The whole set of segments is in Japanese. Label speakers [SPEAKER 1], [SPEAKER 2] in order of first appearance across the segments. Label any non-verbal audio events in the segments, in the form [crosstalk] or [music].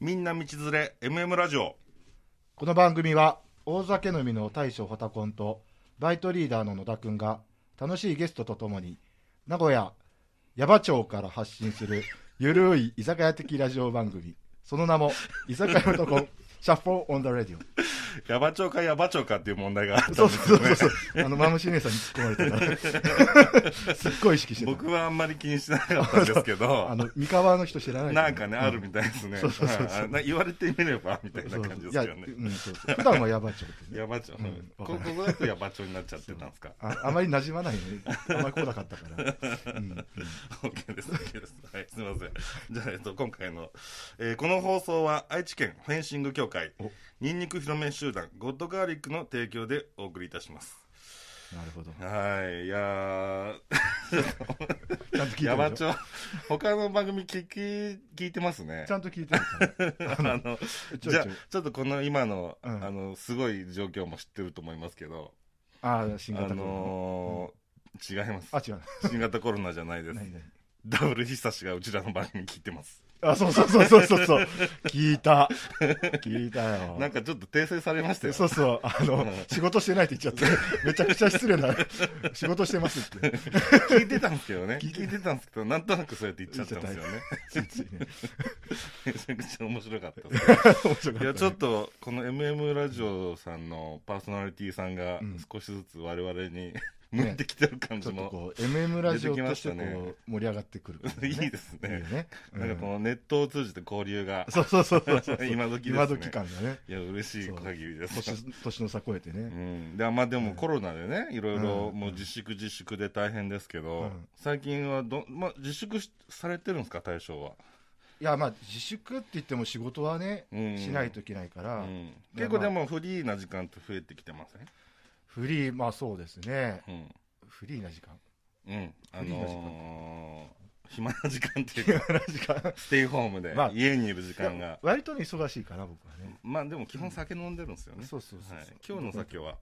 [SPEAKER 1] みんな道連れ MM ラジオ
[SPEAKER 2] この番組は大酒飲みの大将ホタコンとバイトリーダーの野田くんが楽しいゲストとともに名古屋矢場町から発信するゆるい居酒屋的ラジオ番組その名も居酒屋ホタコンシャッフォーオンダレディオ
[SPEAKER 1] ヤバ町かヤバ町かっていう問題があったんです
[SPEAKER 2] そうそうそうそうあのマムシ姉さんに突っ込まれてたすっごい意識してた
[SPEAKER 1] 僕はあんまり気にしなかったんですけ
[SPEAKER 2] [laughs] あ
[SPEAKER 1] ど
[SPEAKER 2] の三河の人知らない
[SPEAKER 1] なんかねある
[SPEAKER 2] み
[SPEAKER 1] みたいですね
[SPEAKER 2] そうそうそうそう
[SPEAKER 1] はいな言われてみればみたいな感じですよね
[SPEAKER 2] うん、そうそう普段は矢場町ってね
[SPEAKER 1] ヤバ町、うん
[SPEAKER 2] うん
[SPEAKER 1] こここだとヤバ町になっちゃってたんですか
[SPEAKER 2] ああまり馴染まないよねあまり来なかったから、うんうん、
[SPEAKER 1] OK です OK です、はい、すみませんじゃあ、えっと、今回の、えーこの放送は愛知県フェンシング協会
[SPEAKER 2] お
[SPEAKER 1] ニンニク広め集団ゴッドガーリックの提供でお送りいたします
[SPEAKER 2] なるほど
[SPEAKER 1] はいいやー
[SPEAKER 2] ちゃんと聞いてる
[SPEAKER 1] 山
[SPEAKER 2] でしょ
[SPEAKER 1] 町 [laughs] 他の番組聞き聞いてますね
[SPEAKER 2] ちゃんと聞いてるから
[SPEAKER 1] あの
[SPEAKER 2] ちょい
[SPEAKER 1] じゃあ
[SPEAKER 2] ちょい
[SPEAKER 1] ちょっとこの今の,、
[SPEAKER 2] うん
[SPEAKER 1] あのすごい状況も知ってると思いますけど
[SPEAKER 2] ああ新
[SPEAKER 1] あ
[SPEAKER 2] 型コロナ、
[SPEAKER 1] のー違います
[SPEAKER 2] あ違う
[SPEAKER 1] 新型コロナじゃないです
[SPEAKER 2] 何何
[SPEAKER 1] ダブルひさしがうちらの番組聞いてます
[SPEAKER 2] あそうそうそうそうそうそう聞いた聞いたよ
[SPEAKER 1] なんかちょっと訂正されましたよ
[SPEAKER 2] そうそうあの、仕事してないって言っちゃってめちゃくちゃ失礼 [laughs] な仕事してますって
[SPEAKER 1] 聞いてたんですけどね
[SPEAKER 2] 聞いて
[SPEAKER 1] 聞いてたんですけどなんとなくそうやって言っちゃってますよね
[SPEAKER 2] ついついね
[SPEAKER 1] めちゃくちゃ面白かったです
[SPEAKER 2] 面白かったね
[SPEAKER 1] いやちょっとこの MM ラジオさんのパーソナリティさんが
[SPEAKER 2] うん
[SPEAKER 1] 少しずつ我々に [laughs] 向いてきてる感
[SPEAKER 2] ち
[SPEAKER 1] じ
[SPEAKER 2] ょっと
[SPEAKER 1] も、
[SPEAKER 2] こう MM ラジオ
[SPEAKER 1] 出てきま
[SPEAKER 2] と
[SPEAKER 1] し
[SPEAKER 2] したてこう、
[SPEAKER 1] ね
[SPEAKER 2] 盛り上がってくる感
[SPEAKER 1] [laughs]
[SPEAKER 2] じ、
[SPEAKER 1] いいです
[SPEAKER 2] いい
[SPEAKER 1] ね
[SPEAKER 2] よね
[SPEAKER 1] なんかこのネットを通じて交流が
[SPEAKER 2] うん、そうそうそうそうそう
[SPEAKER 1] 今時ですね
[SPEAKER 2] 今時感がね
[SPEAKER 1] いや嬉しい限りです
[SPEAKER 2] 年年の差超えて
[SPEAKER 1] う
[SPEAKER 2] ね、
[SPEAKER 1] ん、でまあでもコロナでね、いろいろ
[SPEAKER 2] うん
[SPEAKER 1] もう自粛自粛で大変ですけど、
[SPEAKER 2] うん
[SPEAKER 1] 最近はど、まあ、自粛しされてるんですか、対象は。
[SPEAKER 2] いやまあ自粛って言っても仕事はね、
[SPEAKER 1] うん
[SPEAKER 2] しないといけないか
[SPEAKER 1] う
[SPEAKER 2] ら、
[SPEAKER 1] ん、
[SPEAKER 2] いや
[SPEAKER 1] 結構でもフリーな時間って増えてきてません、
[SPEAKER 2] フリーまあそうですね
[SPEAKER 1] うん
[SPEAKER 2] フリーな時間 [laughs]
[SPEAKER 1] うんあ
[SPEAKER 2] フリーな時
[SPEAKER 1] のー暇な時間っていう
[SPEAKER 2] [laughs]
[SPEAKER 1] か、
[SPEAKER 2] 時間
[SPEAKER 1] ステイホームで
[SPEAKER 2] まあ
[SPEAKER 1] 家にいる時間が、
[SPEAKER 2] 割とね忙しいかな僕はね
[SPEAKER 1] まあでも基本酒飲んでるんですよね、
[SPEAKER 2] そうそうそうそう
[SPEAKER 1] はい、今日の酒は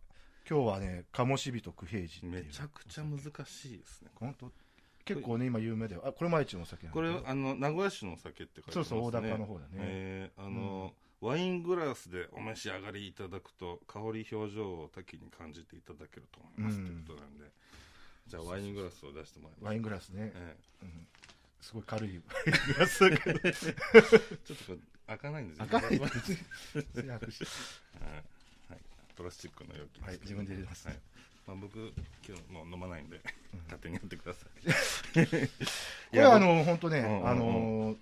[SPEAKER 2] 今日はね「鴨しびと九平寺」っていう
[SPEAKER 1] めちゃくちゃ難しいですね、
[SPEAKER 2] 本当結構ね今有名だよあこれも愛知のお酒なんだ
[SPEAKER 1] これ
[SPEAKER 2] よ
[SPEAKER 1] あの名古屋市のお酒って書いてます
[SPEAKER 2] そ
[SPEAKER 1] ね
[SPEAKER 2] うそう大高の方だね、
[SPEAKER 1] えーあのワイングラスでお召し上がりいただくと香り表情を多岐に感じていただけると思います、
[SPEAKER 2] うん
[SPEAKER 1] ということなんでじゃあワイングラスを出してもらいます
[SPEAKER 2] ワイングラスね、
[SPEAKER 1] え
[SPEAKER 2] うんすごい
[SPEAKER 1] [laughs]
[SPEAKER 2] 軽いグラスだけど
[SPEAKER 1] えちょっとこれ開かないんですよ
[SPEAKER 2] 赤い
[SPEAKER 1] は
[SPEAKER 2] って制約して
[SPEAKER 1] いはいプラスチックの容器です
[SPEAKER 2] はい自分で入れます
[SPEAKER 1] はいまあ、僕今日もう飲まないんで勝手にやってください
[SPEAKER 2] これはあの本当ね、
[SPEAKER 1] うんうんうん
[SPEAKER 2] あのー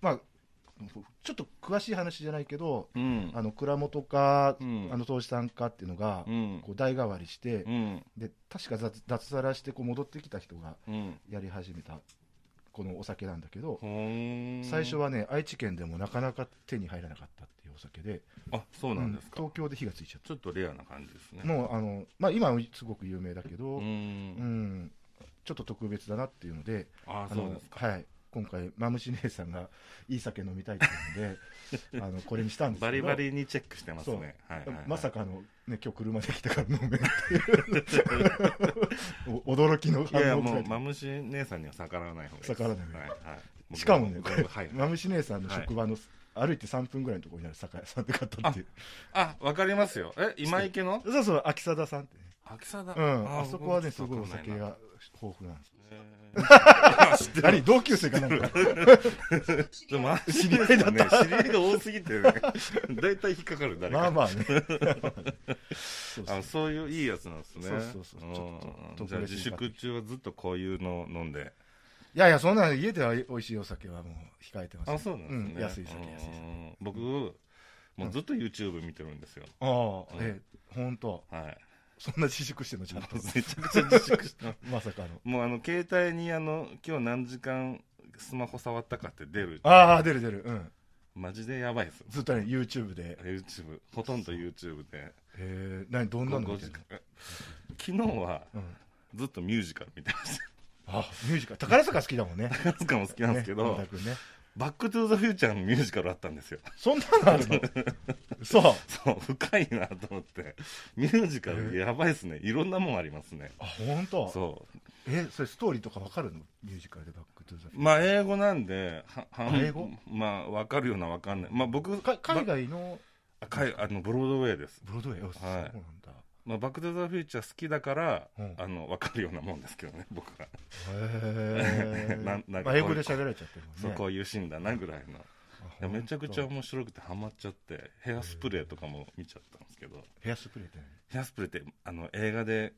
[SPEAKER 2] まあちょっと詳しい話じゃないけど、
[SPEAKER 1] うん
[SPEAKER 2] あの蔵元か、
[SPEAKER 1] うん
[SPEAKER 2] あの投資さんかっていうのが、
[SPEAKER 1] うん
[SPEAKER 2] こう代替わりして、
[SPEAKER 1] うん
[SPEAKER 2] で確か雑脱サラしてこう戻ってきた人が
[SPEAKER 1] うん
[SPEAKER 2] やり始めたこのお酒なんだけど、
[SPEAKER 1] ほーん
[SPEAKER 2] 最初はね愛知県でもなかなか手に入らなかったっていうお酒で
[SPEAKER 1] あそうなんですか、
[SPEAKER 2] うん東京で火がついちゃっ
[SPEAKER 1] ちょっとレアな感じですね
[SPEAKER 2] た、もうあの、まあ、今はすごく有名だけど、
[SPEAKER 1] うー
[SPEAKER 2] うん
[SPEAKER 1] ん
[SPEAKER 2] ちょっと特別だなっていうので
[SPEAKER 1] あ
[SPEAKER 2] あ
[SPEAKER 1] そう
[SPEAKER 2] の
[SPEAKER 1] ですか
[SPEAKER 2] はい、今回、マムシ姉さんがいい酒飲みたいって
[SPEAKER 1] [laughs]
[SPEAKER 2] 言うんであの、これにしたんですけど
[SPEAKER 1] バリバリにチェックしてますね。はいはいはい
[SPEAKER 2] まさかの、ね、今日車で来たから飲めっていうお驚きの
[SPEAKER 1] [laughs] いやいや
[SPEAKER 2] 反応
[SPEAKER 1] も
[SPEAKER 2] が
[SPEAKER 1] うマムシ姉さんには逆らわない方がいいです。
[SPEAKER 2] 逆らわない方
[SPEAKER 1] は
[SPEAKER 2] がい
[SPEAKER 1] い
[SPEAKER 2] い
[SPEAKER 1] はい。
[SPEAKER 2] しかもね、こ
[SPEAKER 1] 僕
[SPEAKER 2] れ、
[SPEAKER 1] はい。
[SPEAKER 2] マムシ姉さんの
[SPEAKER 1] はい
[SPEAKER 2] 職場の、歩いて3分ぐらいのところにある酒屋さんで買ったっていう、
[SPEAKER 1] あわかりますよ。え今池の
[SPEAKER 2] そうそう、秋貞さんってね、
[SPEAKER 1] 秋貞。
[SPEAKER 2] うん、あ
[SPEAKER 1] ー
[SPEAKER 2] そこはね、
[SPEAKER 1] 僕
[SPEAKER 2] すごいお
[SPEAKER 1] わかん
[SPEAKER 2] 酒
[SPEAKER 1] なな。
[SPEAKER 2] が豊富なんです。
[SPEAKER 1] えー [laughs]
[SPEAKER 2] [laughs]
[SPEAKER 1] あ知って
[SPEAKER 2] 何
[SPEAKER 1] る。
[SPEAKER 2] 同級生かなんか、
[SPEAKER 1] でもマムシ姉さんね知り合いが多すぎてね。だいたい引っかかる誰
[SPEAKER 2] まあ
[SPEAKER 1] か。
[SPEAKER 2] まあ
[SPEAKER 1] [laughs]
[SPEAKER 2] ね。そうそう
[SPEAKER 1] あそういういいやつなんですね。
[SPEAKER 2] そうそうそうちょっと
[SPEAKER 1] うん
[SPEAKER 2] 特別に
[SPEAKER 1] じゃあ自粛中はずっとこういうのを飲んで。
[SPEAKER 2] いやいや、そんなの家では美味しいお酒はもう控えてますよ
[SPEAKER 1] あそうなんですね。
[SPEAKER 2] うん安い酒、
[SPEAKER 1] うん
[SPEAKER 2] 安い酒。
[SPEAKER 1] 僕もうずっと YouTube 見てるんですよ。
[SPEAKER 2] ああ、
[SPEAKER 1] うん
[SPEAKER 2] ええ、本当 [laughs]
[SPEAKER 1] はい。
[SPEAKER 2] そんな自粛してんの、ちゃ
[SPEAKER 1] [laughs]
[SPEAKER 2] んと。
[SPEAKER 1] めちゃくちゃ自粛してます
[SPEAKER 2] まさかの。
[SPEAKER 1] [laughs] もうあの携帯にあの今日何時間スマホ触ったかって出る
[SPEAKER 2] ああ、出る出る。うん。
[SPEAKER 1] マジでやばいです
[SPEAKER 2] ずっとね、YouTube で。
[SPEAKER 1] YouTube ほとんど YouTube で
[SPEAKER 2] えー、何、どんなの
[SPEAKER 1] 5
[SPEAKER 2] 見て
[SPEAKER 1] 時
[SPEAKER 2] んの
[SPEAKER 1] 間昨日は
[SPEAKER 2] うん。
[SPEAKER 1] ずっとミュージカル見てました
[SPEAKER 2] あ、ミュージカル。宝塚好きだもんね。
[SPEAKER 1] 宝塚も好き [laughs] なんですけ
[SPEAKER 2] ね
[SPEAKER 1] ど、
[SPEAKER 2] 本田君ね。
[SPEAKER 1] バック・トゥ・ザ・フューチャーのミュージカルあったんですよ
[SPEAKER 2] そんなのあ
[SPEAKER 1] [laughs]
[SPEAKER 2] るのそう。
[SPEAKER 1] そう深いなと思ってミュージカルやばいですねいろんなもんありますね
[SPEAKER 2] あ、本当
[SPEAKER 1] そう
[SPEAKER 2] えそれストーリーとかわかるのミュージカルでバック・トゥ・ザ・フューチ
[SPEAKER 1] まあ英語なんでははん
[SPEAKER 2] 英語
[SPEAKER 1] まあ分かるような分かんないまあ僕
[SPEAKER 2] ャーか海
[SPEAKER 1] ば
[SPEAKER 2] 外の
[SPEAKER 1] あ海あのブロードウェイです、
[SPEAKER 2] ブロードウェイ、あそうなんだ
[SPEAKER 1] まあ、バック・トゥ・ザ・フューチャー好きだから、
[SPEAKER 2] うん
[SPEAKER 1] あの分かるようなもんですけどね [laughs] 僕が、
[SPEAKER 2] へ
[SPEAKER 1] [laughs] な
[SPEAKER 2] え
[SPEAKER 1] んなんか
[SPEAKER 2] まあ英語で喋られちゃってるもんね
[SPEAKER 1] そうこういうシーンだなぐらいのいや
[SPEAKER 2] あ
[SPEAKER 1] めちゃくちゃ
[SPEAKER 2] ほんと
[SPEAKER 1] 面白くてハマっちゃってヘアスプレーとかも見ちゃったんですけど
[SPEAKER 2] ヘアスプレーってね
[SPEAKER 1] ヘアスプレーってあの映画で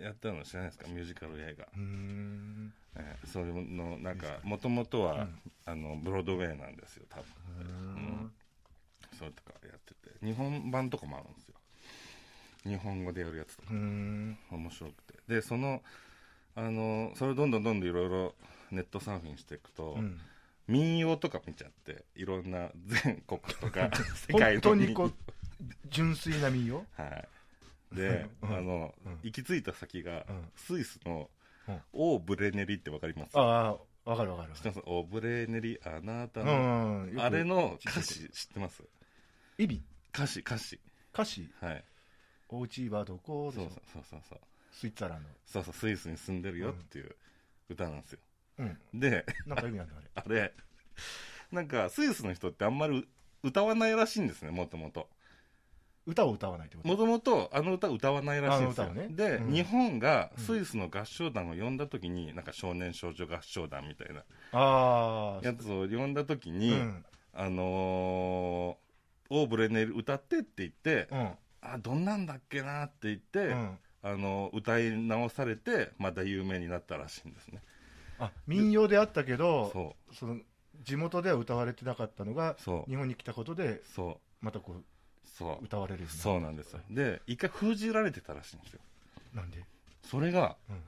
[SPEAKER 1] やったの知らないですかミュージカル映画、
[SPEAKER 2] うーん
[SPEAKER 1] えーそれのなんかもともとは、
[SPEAKER 2] うん
[SPEAKER 1] あのブロードウェイなんですよ多分
[SPEAKER 2] うーん
[SPEAKER 1] それとかやってて日本版とかもあるんですよ日本語でやるやつとか
[SPEAKER 2] うーん
[SPEAKER 1] 面白くてでそのあのそれをどんどんどんどんいろいろネットサーフィンしていくと、
[SPEAKER 2] うん
[SPEAKER 1] 民謡とか見ちゃっていろんな全国と
[SPEAKER 2] [laughs]
[SPEAKER 1] か世界の
[SPEAKER 2] 本当
[SPEAKER 1] 民
[SPEAKER 2] に
[SPEAKER 1] 謡
[SPEAKER 2] こう純粋な民謡
[SPEAKER 1] はい、で、
[SPEAKER 2] うん
[SPEAKER 1] あの、
[SPEAKER 2] うん
[SPEAKER 1] 行き着いた先が、
[SPEAKER 2] うん
[SPEAKER 1] スイスの、
[SPEAKER 2] うん
[SPEAKER 1] オーブレネリってわかります知
[SPEAKER 2] ああわかるわかる
[SPEAKER 1] ってますオーブレネリあなた
[SPEAKER 2] う
[SPEAKER 1] の、
[SPEAKER 2] んうんよく
[SPEAKER 1] あれの歌詞知ってます
[SPEAKER 2] 意味
[SPEAKER 1] 歌詞歌詞
[SPEAKER 2] 歌詞
[SPEAKER 1] はい
[SPEAKER 2] 「おうちはどこ?」で
[SPEAKER 1] そう
[SPEAKER 2] し
[SPEAKER 1] そうそ
[SPEAKER 2] ょ
[SPEAKER 1] うそうそう
[SPEAKER 2] スイッツァランド
[SPEAKER 1] そうそうスイスに住んでるよっていう歌なんですよ、
[SPEAKER 2] うん
[SPEAKER 1] で
[SPEAKER 2] なんか意味あるのあれ
[SPEAKER 1] あれなんかスイスの人ってあんまり歌わないらしいんですねもともと
[SPEAKER 2] 歌を歌わないってこと
[SPEAKER 1] もともとあの歌歌わないらしいんです
[SPEAKER 2] あ
[SPEAKER 1] よ、
[SPEAKER 2] の歌をね
[SPEAKER 1] で、
[SPEAKER 2] うん
[SPEAKER 1] 日本が
[SPEAKER 2] うん
[SPEAKER 1] スイスの合唱団を呼んだ時に、なんか少年少女合唱団みたいな
[SPEAKER 2] ああ
[SPEAKER 1] やつを呼んだ時
[SPEAKER 2] う
[SPEAKER 1] に、
[SPEAKER 2] ん
[SPEAKER 1] あのーオーブレネル歌ってって言って、
[SPEAKER 2] うん
[SPEAKER 1] あどんなんだっけなって言って、
[SPEAKER 2] うん
[SPEAKER 1] あのー歌い直されてまた有名になったらしいんですね
[SPEAKER 2] あ民謡であったけど
[SPEAKER 1] そ
[SPEAKER 2] その地元では歌われてなかったのが
[SPEAKER 1] うそう
[SPEAKER 2] 日本に来たことで
[SPEAKER 1] そ
[SPEAKER 2] またこう
[SPEAKER 1] うそう
[SPEAKER 2] 歌われるようになった
[SPEAKER 1] そうなんですよで一回封じられてたらしいんですよ
[SPEAKER 2] なんで
[SPEAKER 1] それが
[SPEAKER 2] うん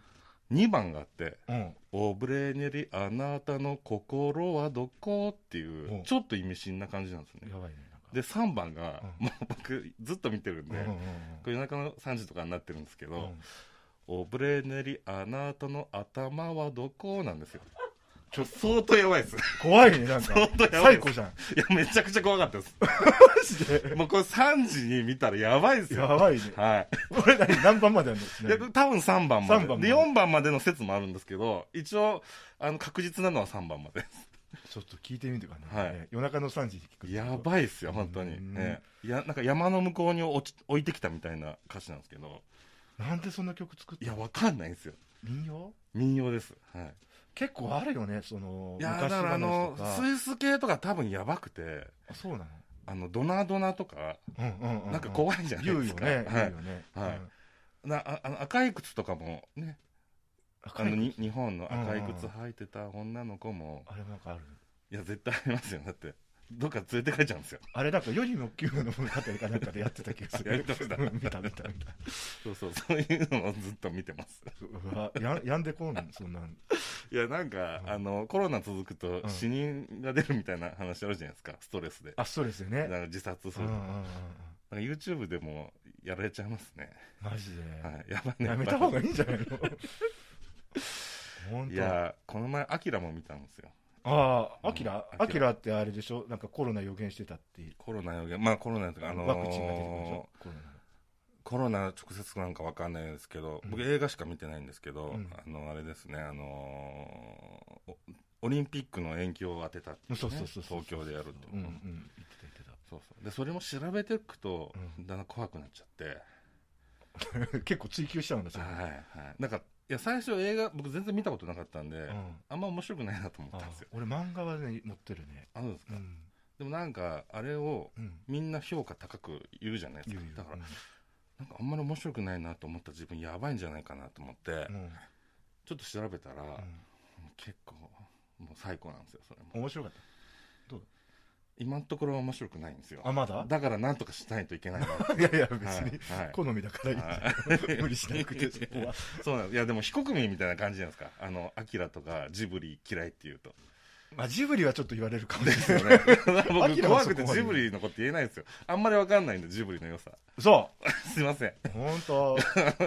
[SPEAKER 1] 2番があって、
[SPEAKER 2] うん
[SPEAKER 1] オブレネリあなたの心はどこっていう、
[SPEAKER 2] うん
[SPEAKER 1] ちょっと意味深な感じなんですね
[SPEAKER 2] やばいねなんか
[SPEAKER 1] で3番が、
[SPEAKER 2] うん
[SPEAKER 1] もう僕ずっと見てるんで、
[SPEAKER 2] うんうんうん
[SPEAKER 1] これ夜中の3時とかになってるんですけど、
[SPEAKER 2] うん
[SPEAKER 1] オブレネリあなたの頭はどこなんですよちょ相当やばいです
[SPEAKER 2] 怖いねなんか
[SPEAKER 1] 相当やばい
[SPEAKER 2] 最
[SPEAKER 1] で
[SPEAKER 2] 高じゃん
[SPEAKER 1] すいやめちゃくちゃ怖かったです
[SPEAKER 2] マジで
[SPEAKER 1] もうこれ3時に見たらやばいです
[SPEAKER 2] や
[SPEAKER 1] よ
[SPEAKER 2] ばいね
[SPEAKER 1] はい
[SPEAKER 2] これ何何番まであるのち
[SPEAKER 1] い
[SPEAKER 2] な
[SPEAKER 1] や
[SPEAKER 2] みに
[SPEAKER 1] 多分3番まで
[SPEAKER 2] 三番まで
[SPEAKER 1] で4番までの説もあるんですけど一応あの確実なのは3番
[SPEAKER 2] [laughs]
[SPEAKER 1] まで
[SPEAKER 2] ちょっと聞いてみてくださ
[SPEAKER 1] はいい
[SPEAKER 2] ね夜中の3時に聞くってこと
[SPEAKER 1] やばいっすよ、本当に
[SPEAKER 2] う。ん
[SPEAKER 1] ええいや、なんか山の向こうに落ち置いてきたみたいな歌詞なんですけど、
[SPEAKER 2] なんでそんな曲作っ
[SPEAKER 1] い
[SPEAKER 2] た
[SPEAKER 1] や、
[SPEAKER 2] の
[SPEAKER 1] わかんないんですよ。
[SPEAKER 2] 民謡
[SPEAKER 1] 民謡です。はい。
[SPEAKER 2] 結構あるよねその
[SPEAKER 1] いや、だ
[SPEAKER 2] 昔
[SPEAKER 1] からあ
[SPEAKER 2] 話
[SPEAKER 1] の
[SPEAKER 2] と、か
[SPEAKER 1] スイス系とか多分やばくて、
[SPEAKER 2] あそうなの
[SPEAKER 1] あの、ドナドナとか、
[SPEAKER 2] うんうんうう
[SPEAKER 1] なんか怖いじゃない
[SPEAKER 2] 言
[SPEAKER 1] で
[SPEAKER 2] う
[SPEAKER 1] す
[SPEAKER 2] よ
[SPEAKER 1] か。
[SPEAKER 2] ね
[SPEAKER 1] は
[SPEAKER 2] 言う
[SPEAKER 1] い
[SPEAKER 2] よね
[SPEAKER 1] はい
[SPEAKER 2] うん
[SPEAKER 1] なああの赤い靴とかもね、あ
[SPEAKER 2] 赤い
[SPEAKER 1] のに日本の赤い
[SPEAKER 2] うんうん
[SPEAKER 1] 靴履いてた女の子も、
[SPEAKER 2] あれなんかある
[SPEAKER 1] いや、絶対ありますよ。だって、どっか連れて帰っちゃうんですよ。
[SPEAKER 2] あれなんか世にも奇妙な物語かなんかでやってた気がする
[SPEAKER 1] やりました
[SPEAKER 2] うん見た見た見た
[SPEAKER 1] そうそう、そういうのをずっと見てます。
[SPEAKER 2] うわややんでこうなんそんなん
[SPEAKER 1] いやなんか、
[SPEAKER 2] うん
[SPEAKER 1] あのコロナ続くと
[SPEAKER 2] うん
[SPEAKER 1] 死人が出るみたいな話あるじゃないですかストレスで
[SPEAKER 2] あそうですよ
[SPEAKER 1] なん
[SPEAKER 2] ね
[SPEAKER 1] か自殺す
[SPEAKER 2] うん
[SPEAKER 1] る、
[SPEAKER 2] うんう
[SPEAKER 1] なん
[SPEAKER 2] んうん
[SPEAKER 1] か YouTube でもやられちゃいますね、
[SPEAKER 2] マジで
[SPEAKER 1] はい、 [laughs] やばいね
[SPEAKER 2] やめた方が
[SPEAKER 1] い
[SPEAKER 2] いいんじゃないの本
[SPEAKER 1] い
[SPEAKER 2] 当
[SPEAKER 1] やこの前アキラも見たんですよ
[SPEAKER 2] ああ、
[SPEAKER 1] うん
[SPEAKER 2] アキラ、ア
[SPEAKER 1] ア
[SPEAKER 2] キ
[SPEAKER 1] キ
[SPEAKER 2] ラってあれでしょ、なんかコロナ予言してたっていう、
[SPEAKER 1] コロナ予言まあコロナとかあのー
[SPEAKER 2] ワクチンが出てくるでしょ、コロ
[SPEAKER 1] コロナ直接なんかわかんないですけど、
[SPEAKER 2] うん
[SPEAKER 1] 僕映画しか見てないんですけど、
[SPEAKER 2] うん
[SPEAKER 1] あのあれですねあのーおオリンピックの延期を当てたっていね
[SPEAKER 2] そうそうそうそう
[SPEAKER 1] 東京でやるっていう
[SPEAKER 2] ナの。うんうん、言ってた、言ってた。
[SPEAKER 1] そうそうでそれも調べていくと、
[SPEAKER 2] うん
[SPEAKER 1] だんだん怖くなっちゃって、
[SPEAKER 2] [laughs] 結構追求しちゃうんだ、それ。
[SPEAKER 1] はいはいなんかいや最初映画僕全然見たことなかったんで、
[SPEAKER 2] うん、
[SPEAKER 1] あんま面白くないなと思った
[SPEAKER 2] あ
[SPEAKER 1] んですよ
[SPEAKER 2] 俺、漫画はね、持ってるね。
[SPEAKER 1] あるんです
[SPEAKER 2] う
[SPEAKER 1] か、
[SPEAKER 2] ん。
[SPEAKER 1] でもなんかあれを
[SPEAKER 2] うん。
[SPEAKER 1] みんな評価高く言うじゃないです
[SPEAKER 2] 言
[SPEAKER 1] か
[SPEAKER 2] う言う
[SPEAKER 1] だからなんかあんまり面白くないなと思った自分やばいんじゃないかなと思って、
[SPEAKER 2] うんうん
[SPEAKER 1] ちょっと調べたら、
[SPEAKER 2] うん
[SPEAKER 1] 結構もう最高なんですよそれも
[SPEAKER 2] 面白かっ
[SPEAKER 1] 今のところ面白くないんですよ
[SPEAKER 2] た。あ、まだ
[SPEAKER 1] だからなんとかしないといけないな
[SPEAKER 2] いやいや、別に、
[SPEAKER 1] はいはい
[SPEAKER 2] 好みだからいいじゃん無理しな
[SPEAKER 1] [laughs]
[SPEAKER 2] くて、そこは。 [laughs]
[SPEAKER 1] そうなんですいやでも非国民みたいな感じじゃないですかあのアキラとかジブリ嫌いっていうと
[SPEAKER 2] まあ、ジブリはちょっと言われるかもしれない
[SPEAKER 1] [laughs] ですよね
[SPEAKER 2] ア
[SPEAKER 1] 僕
[SPEAKER 2] キラは
[SPEAKER 1] 怖
[SPEAKER 2] そ
[SPEAKER 1] く
[SPEAKER 2] こ
[SPEAKER 1] て
[SPEAKER 2] まで
[SPEAKER 1] ジブリのこと言えないんですよあんまりわかんないんでジブリの良さ
[SPEAKER 2] そ
[SPEAKER 1] すいません
[SPEAKER 2] う本当